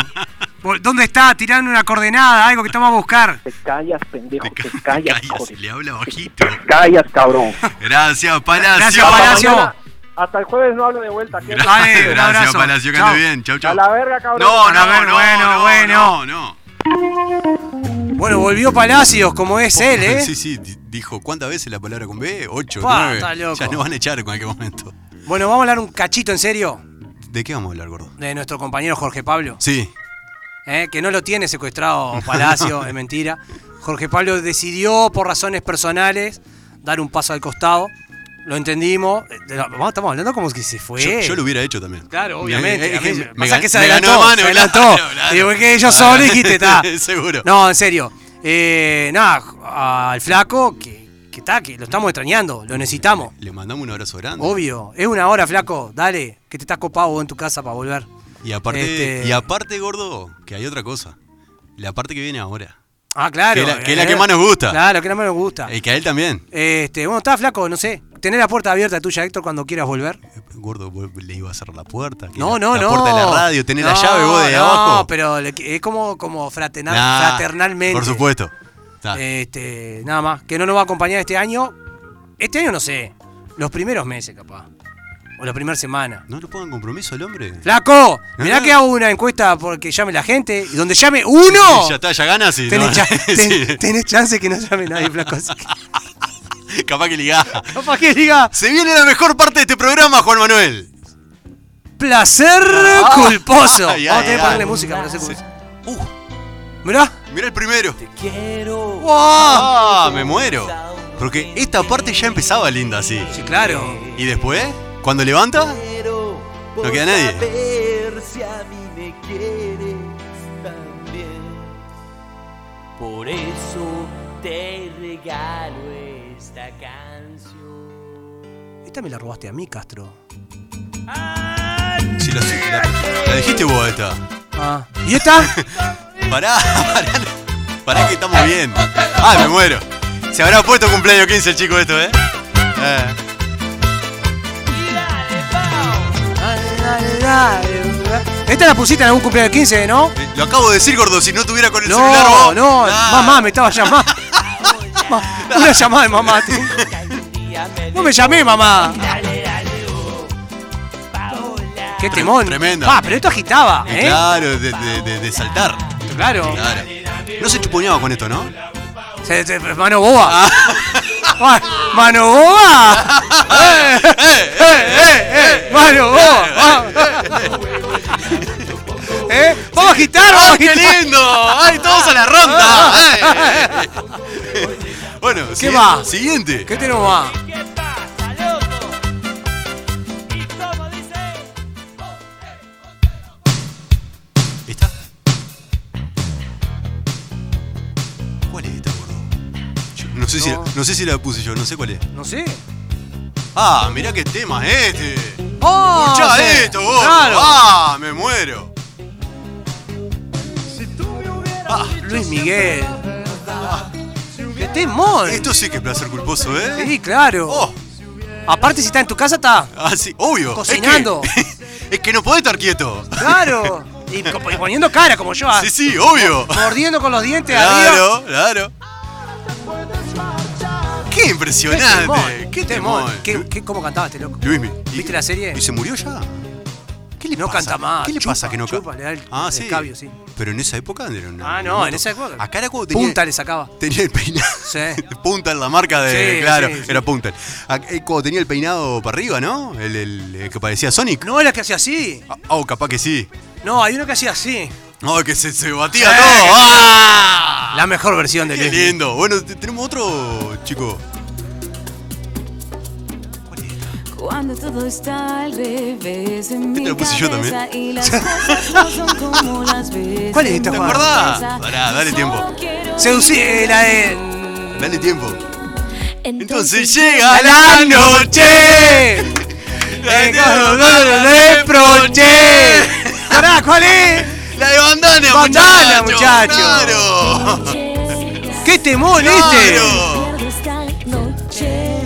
Speaker 3: Vol- ¿Dónde está? Tirando una coordenada, algo que te vamos a buscar.
Speaker 9: Te callas, pendejo. Te
Speaker 4: claro.
Speaker 9: callas, joder.
Speaker 4: le habla bajito.
Speaker 9: Te callas, cabrón.
Speaker 4: Gracias, Palacio.
Speaker 3: Gracias, Palacio.
Speaker 9: Mañana, hasta el jueves no hablo de vuelta. aquí.
Speaker 4: Gracias,
Speaker 3: Dale, un
Speaker 4: gracias
Speaker 3: abrazo.
Speaker 4: Palacio, que
Speaker 3: Chao.
Speaker 4: ande bien. Chau, chau.
Speaker 9: A la verga, cabrón.
Speaker 4: No,
Speaker 3: A la
Speaker 4: no,
Speaker 3: verga,
Speaker 4: no,
Speaker 3: bueno,
Speaker 4: no,
Speaker 3: bueno.
Speaker 4: no, no.
Speaker 3: Bueno, volvió Palacios, como es él, ¿eh?
Speaker 4: Sí, sí, di- dijo, ¿cuántas veces la palabra con B? Ocho,
Speaker 3: Pa,
Speaker 4: nueve.
Speaker 3: está loco.
Speaker 4: Ya nos van a echar en cualquier momento.
Speaker 3: Bueno, vamos a hablar un cachito en serio
Speaker 4: ¿De qué vamos a hablar, gordo?
Speaker 3: de nuestro compañero Jorge Pablo,
Speaker 4: Sí,
Speaker 3: ¿eh? que no lo tiene secuestrado Palacio, es mentira. Jorge Pablo decidió, por razones personales, dar un paso al costado. Lo entendimos. Eh, de la- vamos, Estamos hablando como que se fue.
Speaker 4: yo, yo lo hubiera hecho también.
Speaker 3: Claro,
Speaker 4: Me-
Speaker 3: obviamente.
Speaker 4: es
Speaker 3: a mí-
Speaker 4: me- me
Speaker 3: pasa
Speaker 4: gan-
Speaker 3: que se
Speaker 4: me ganó
Speaker 3: adelantó,
Speaker 4: de mano,
Speaker 3: se
Speaker 4: claro,
Speaker 3: adelantó.
Speaker 4: claro.
Speaker 3: Digo, es que yo solo dijiste, está.
Speaker 4: Seguro.
Speaker 3: No, en serio. Eh, nada, al flaco, que, que está, que lo estamos extrañando, lo necesitamos.
Speaker 4: Le mandamos un abrazo grande.
Speaker 3: Obvio, es una hora, flaco, dale, que te estás copado vos en tu casa para volver.
Speaker 4: Y aparte,
Speaker 3: Este-
Speaker 4: y aparte, gordo, que hay otra cosa. La parte que viene ahora.
Speaker 3: Ah, claro.
Speaker 4: Que la- que la que más nos gusta. Eh,
Speaker 3: Claro, que la más nos gusta.
Speaker 4: Y que a él también.
Speaker 3: Este, bueno, está flaco, no sé. Tener la puerta abierta tuya, Héctor, cuando quieras volver.
Speaker 4: Gordo, vos le iba a cerrar la puerta. que
Speaker 3: No,
Speaker 4: la-
Speaker 3: no,
Speaker 4: la
Speaker 3: no.
Speaker 4: puerta de la radio, tenés la
Speaker 3: No,
Speaker 4: llave vos de
Speaker 3: no,
Speaker 4: abajo.
Speaker 3: pero le- es como, como fraternal,
Speaker 4: Nah,
Speaker 3: fraternalmente.
Speaker 4: Por supuesto. Está.
Speaker 3: Este, nada más, que no nos va a acompañar este año. Este año no sé, los primeros meses capaz. O la primera semana.
Speaker 4: No le pongan compromiso al hombre.
Speaker 3: Flaco,
Speaker 4: No,
Speaker 3: mirá
Speaker 4: no.
Speaker 3: que hago una encuesta porque llame la gente y donde llame uno.
Speaker 4: Ya está, ya ganas y
Speaker 3: Tenés,
Speaker 4: no-
Speaker 3: cha-
Speaker 4: sí.
Speaker 3: ten- tenés chance que no llame nadie, flaco. así que-
Speaker 4: Capaz que ligá.
Speaker 3: Capaz que diga,
Speaker 4: Se viene la mejor parte de este programa, Juan Manuel.
Speaker 3: placer culposo.
Speaker 4: Ah. ay,
Speaker 3: Vamos a tener
Speaker 4: ay,
Speaker 3: que
Speaker 4: ay.
Speaker 3: ponerle música, placer culposo.
Speaker 4: Uh,
Speaker 3: Mirá.
Speaker 4: mirá el primero.
Speaker 7: Quiero
Speaker 4: ¡Ah! Me muero. Porque esta parte ya empezaba linda así.
Speaker 3: Sí, claro.
Speaker 4: ¿Y después? ¿Cuando levanta?
Speaker 7: por
Speaker 4: queda nadie.
Speaker 7: saber si a mí me quieres también. Por eso te regalo esta canción.
Speaker 3: Esta me la robaste a mí, Castro.
Speaker 4: Sí, la, la- la dijiste vos esta.
Speaker 3: Ah. ¿Y esta?
Speaker 4: Pará, pará. ¿Para qué estamos bien? ¡Ah, me muero! Se habrá puesto cumpleaños 15 el chico esto, ¿eh? Eh,
Speaker 3: Dale, dale, dale. Esta la pusiste en algún cumpleaños 15, ¿no?
Speaker 4: eh, Lo acabo de decir, gordo, si no tuviera con el celular.
Speaker 3: No,
Speaker 4: vos.
Speaker 3: no,
Speaker 4: Nah.
Speaker 3: mamá me estaba llamando. Ma- Una llamada de mamá. tengo. No me llamé, mamá. Qué temón.
Speaker 4: tremenda.
Speaker 3: Ah, pero esto agitaba,
Speaker 4: Y
Speaker 3: ¿eh?
Speaker 4: Claro, de, de- de- de saltar.
Speaker 3: Claro.
Speaker 4: Claro. No se chuponeaba con esto, ¿no?
Speaker 3: Se- se- mano
Speaker 4: Ah.
Speaker 3: boba. Ma- Mano boba. Eh, eh, eh, eh, Mano boba. Ah. ¿Eh? Vamos a agitar, vamos a
Speaker 4: ¡Ay, eh, Ah, qué
Speaker 3: agitar.
Speaker 4: lindo! ¡Ay, todos a la Ah, eh, ronda! Ay. eh. Bueno, ¿qué
Speaker 3: más?
Speaker 4: Siguiente.
Speaker 3: ¿Qué tenemos más?
Speaker 4: ¿Esta? ¿Cuál es esta, gordo? Yo No sé, Si,
Speaker 3: No.
Speaker 4: no sé si la puse yo, no sé cuál es.
Speaker 3: No sé.
Speaker 4: Ah, mirá qué tema es este.
Speaker 3: ¡Oh!
Speaker 4: Escuchá
Speaker 3: sí.
Speaker 4: esto, gordo.
Speaker 3: Claro.
Speaker 4: Ah, me muero.
Speaker 3: Luis Miguel. ¡Qué temón!
Speaker 4: Esto sí que es placer culposo, ¿eh?
Speaker 3: Sí, claro.
Speaker 4: Oh,
Speaker 3: Aparte, si está en tu casa, está.
Speaker 4: ah, sí, obvio. Es que-
Speaker 3: Cocinando.
Speaker 4: Es que, no podés estar quieto.
Speaker 3: Claro. Y, co- y poniendo cara, como yo. ah,
Speaker 4: Sí, sí, obvio.
Speaker 3: Mordiendo con los dientes arriba.
Speaker 4: Claro, claro. Qué
Speaker 3: ¡Qué
Speaker 4: impresionante.
Speaker 3: temón!
Speaker 4: Qué
Speaker 3: temón!
Speaker 4: temón.
Speaker 3: ¿Qué- qué- ¿Cómo cantaba este loco?
Speaker 4: Luismi. ¿y-
Speaker 3: ¿Viste la serie?
Speaker 4: ¿Y se murió ya? ¿Qué le
Speaker 3: No
Speaker 4: pasa?
Speaker 3: canta más,
Speaker 4: ¿Qué le
Speaker 3: chupa,
Speaker 4: pasa que no canta?
Speaker 3: chupa, le da el- el escabio, sí.
Speaker 4: Pero en esa época era una-
Speaker 3: Ah, no,
Speaker 4: una-
Speaker 3: en esa época.
Speaker 4: Acá era como tenía.
Speaker 3: Punta le sacaba.
Speaker 4: Tenía el peinado.
Speaker 3: Sí.
Speaker 4: Punta en la marca de.
Speaker 3: Sí,
Speaker 4: claro,
Speaker 3: sí, sí.
Speaker 4: era Punta. Ac- eh, Cuando tenía el peinado para arriba, ¿no? El, el- el que parecía Sonic.
Speaker 3: No, era que hacía así.
Speaker 4: Ah, Oh, capaz que sí.
Speaker 3: No, hay uno que hacía así.
Speaker 4: No, que se, se batía todo. ¡Ah!
Speaker 3: La mejor versión de
Speaker 4: Qué
Speaker 3: Luis Miguel.
Speaker 4: lindo. Bueno, te- tenemos otro, chico.
Speaker 10: Cuando todo está al revés en mi
Speaker 4: Este lo puse
Speaker 10: cabeza
Speaker 4: yo
Speaker 10: y las cosas no son como las ves
Speaker 3: ¿Cuál es este?
Speaker 10: en
Speaker 3: esta,
Speaker 10: mi
Speaker 3: Juan?
Speaker 4: ¿Verdad?
Speaker 10: cabeza.
Speaker 4: Pará, dale tiempo.
Speaker 10: Solo quiero
Speaker 3: Seducí, eh, la de.
Speaker 4: Dale tiempo. Entonces
Speaker 10: yo-
Speaker 4: llega la noche.
Speaker 3: de proche! Pará, ¿cuál es?
Speaker 4: La de bandana,
Speaker 3: Bandana, muchacho.
Speaker 4: Claro.
Speaker 3: ¡Qué temón este!
Speaker 4: Claro.
Speaker 10: pierdo esta noche.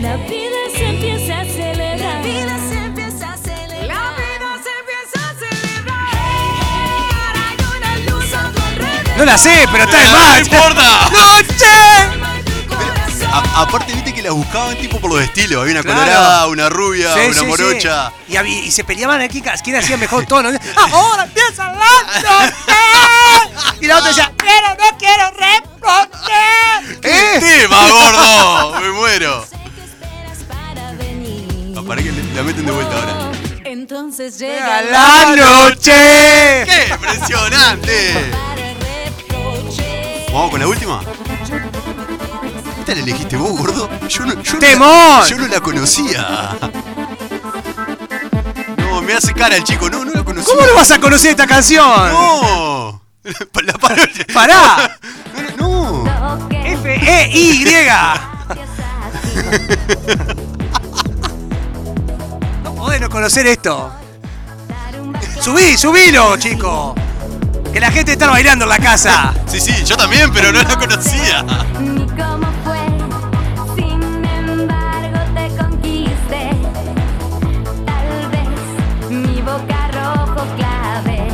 Speaker 10: La vida se empieza a celebrar. La vida se empieza a celebrar. La vida se empieza a celebrar. Hay una luz a tu alrededor.
Speaker 3: No la sé, pero está de
Speaker 4: No
Speaker 3: más.
Speaker 4: importa.
Speaker 3: ¡Noche!
Speaker 4: A- aparte, viste que las buscaban tipo por los estilos. Había una
Speaker 3: Claro.
Speaker 4: colorada, una rubia,
Speaker 3: Sí,
Speaker 4: una
Speaker 3: sí,
Speaker 4: morocha.
Speaker 3: sí. Y, había- y se peleaban aquí, ca- quién hacía mejor tono. ¡Ahora empieza la noche! Y la otra decía, ¡Quiero, no quiero reproche!
Speaker 4: ¡Qué tema, gordo! Me muero.
Speaker 10: Sé que esperas para venir.
Speaker 4: Ah, para que le- la meten de vuelta ahora.
Speaker 10: Entonces
Speaker 3: ¡Llega
Speaker 10: llega la
Speaker 3: la noche!
Speaker 4: ¡Qué impresionante!
Speaker 10: para reproche.
Speaker 4: Vamos con la última. ¿Esta la elegiste vos, gordo? Yo no, yo no la-
Speaker 3: ¡Temón!
Speaker 4: yo no la conocía. No, me hace cara el chico. No, no la conocía.
Speaker 3: ¿Cómo no vas a conocer esta canción?
Speaker 4: No. La parodia.
Speaker 3: ¡Pará!
Speaker 4: No, no.
Speaker 3: ¡E-Y! No podés no conocer esto. ¡Subí, subilo, chico! Que la gente está bailando en la casa.
Speaker 4: Sí, sí, yo también, pero no la conocía.
Speaker 10: Ni cómo fue, sin embargo te conquisté. Tal vez mi boca rojo clave.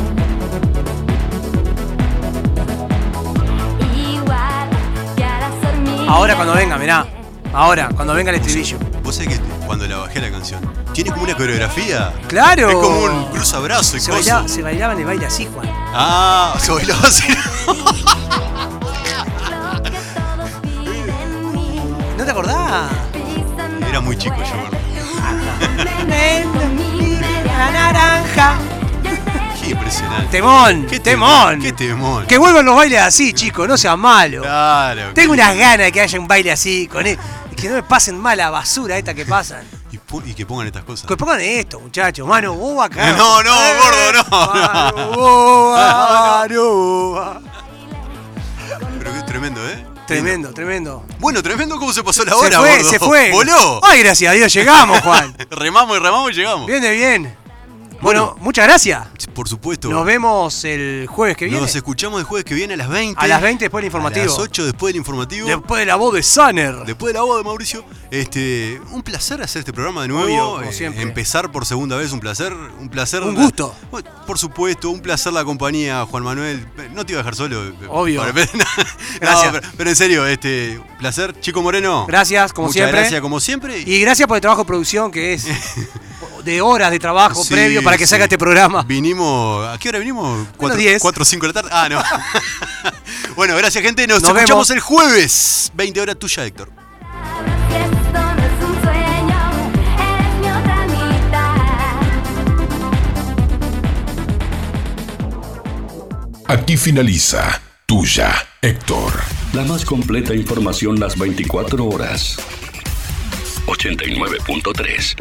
Speaker 10: Igual que a las hormigas.
Speaker 3: Ahora cuando venga, mirá. Ahora, cuando venga el estribillo.
Speaker 4: Vos sabés que cuando la bajé la canción, tiene como una coreografía.
Speaker 3: ¡Claro!
Speaker 4: Es como un cruzabrazo y
Speaker 3: Se
Speaker 4: cosas.
Speaker 3: bailaba, se bailaba en el baile así, Juan.
Speaker 4: Ah, se bailaba así.
Speaker 10: Lo que todos piden mí,
Speaker 3: ¿No te acordás?
Speaker 10: pisando
Speaker 4: Era muy chico yo, gordo.
Speaker 3: La naranja.
Speaker 4: Qué impresionante.
Speaker 3: Temón,
Speaker 4: Qué
Speaker 3: temón.
Speaker 4: Qué temón.
Speaker 3: Que vuelvan los bailes así, chicos, no seas malo.
Speaker 4: Claro.
Speaker 3: Tengo unas ganas de que haya un baile así con él. Y que no me pasen mal la basura esta que pasan.
Speaker 4: Y, po- y que pongan estas cosas.
Speaker 3: Que pongan esto, muchachos. Mano boba acá.
Speaker 4: No, no,
Speaker 3: Eh,
Speaker 4: gordo, no,
Speaker 3: Mano
Speaker 4: no.
Speaker 3: boba, mano boba.
Speaker 4: Ah, Pero qué tremendo, ¿eh?
Speaker 3: Tremendo, tremendo.
Speaker 4: Bueno, tremendo cómo se pasó la
Speaker 3: Se
Speaker 4: hora,
Speaker 3: fue,
Speaker 4: gordo.
Speaker 3: se fue.
Speaker 4: Voló.
Speaker 3: Ay, gracias a Dios, llegamos, Juan.
Speaker 4: remamos y remamos y llegamos.
Speaker 3: Viene bien. Bueno, muchas gracias.
Speaker 4: Por supuesto.
Speaker 3: Nos vemos el jueves que viene.
Speaker 4: Nos escuchamos el jueves que viene a las 20.
Speaker 3: A las 20 después del informativo.
Speaker 4: A las 8 después del informativo.
Speaker 3: Después de la voz de Sanner.
Speaker 4: Después de la voz de Mauricio. Este, un placer hacer este programa de nuevo.
Speaker 3: Obvio, como
Speaker 4: Eh,
Speaker 3: siempre.
Speaker 4: Empezar por segunda vez, un placer. Un placer.
Speaker 3: Un gusto.
Speaker 4: Bueno, Por supuesto, un placer la compañía, Juan Manuel. Eh, No te iba a dejar solo. eh,
Speaker 3: Obvio.
Speaker 4: para- pero- gracias. pero, pero en serio, este, un placer. Chico Moreno.
Speaker 3: Gracias, como
Speaker 4: muchas
Speaker 3: siempre.
Speaker 4: Gracias, como siempre.
Speaker 3: Y gracias por el trabajo de producción que es de horas de trabajo
Speaker 4: Sí,
Speaker 3: previo para que
Speaker 4: sí.
Speaker 3: salga este programa.
Speaker 4: Vinimos. ¿A qué hora vinimos? Cuatro-
Speaker 3: 10.
Speaker 4: cuatro o 5 de la tarde. Ah, no. bueno, gracias, gente. Nos,
Speaker 3: Nos
Speaker 4: escuchamos
Speaker 3: vemos.
Speaker 4: el jueves. 20 horas tuya, Héctor.
Speaker 10: Esto no es un sueño, eres mi otra mitad.
Speaker 2: Aquí finaliza Tuya, Héctor.
Speaker 11: La más completa información las 24 horas. 89.3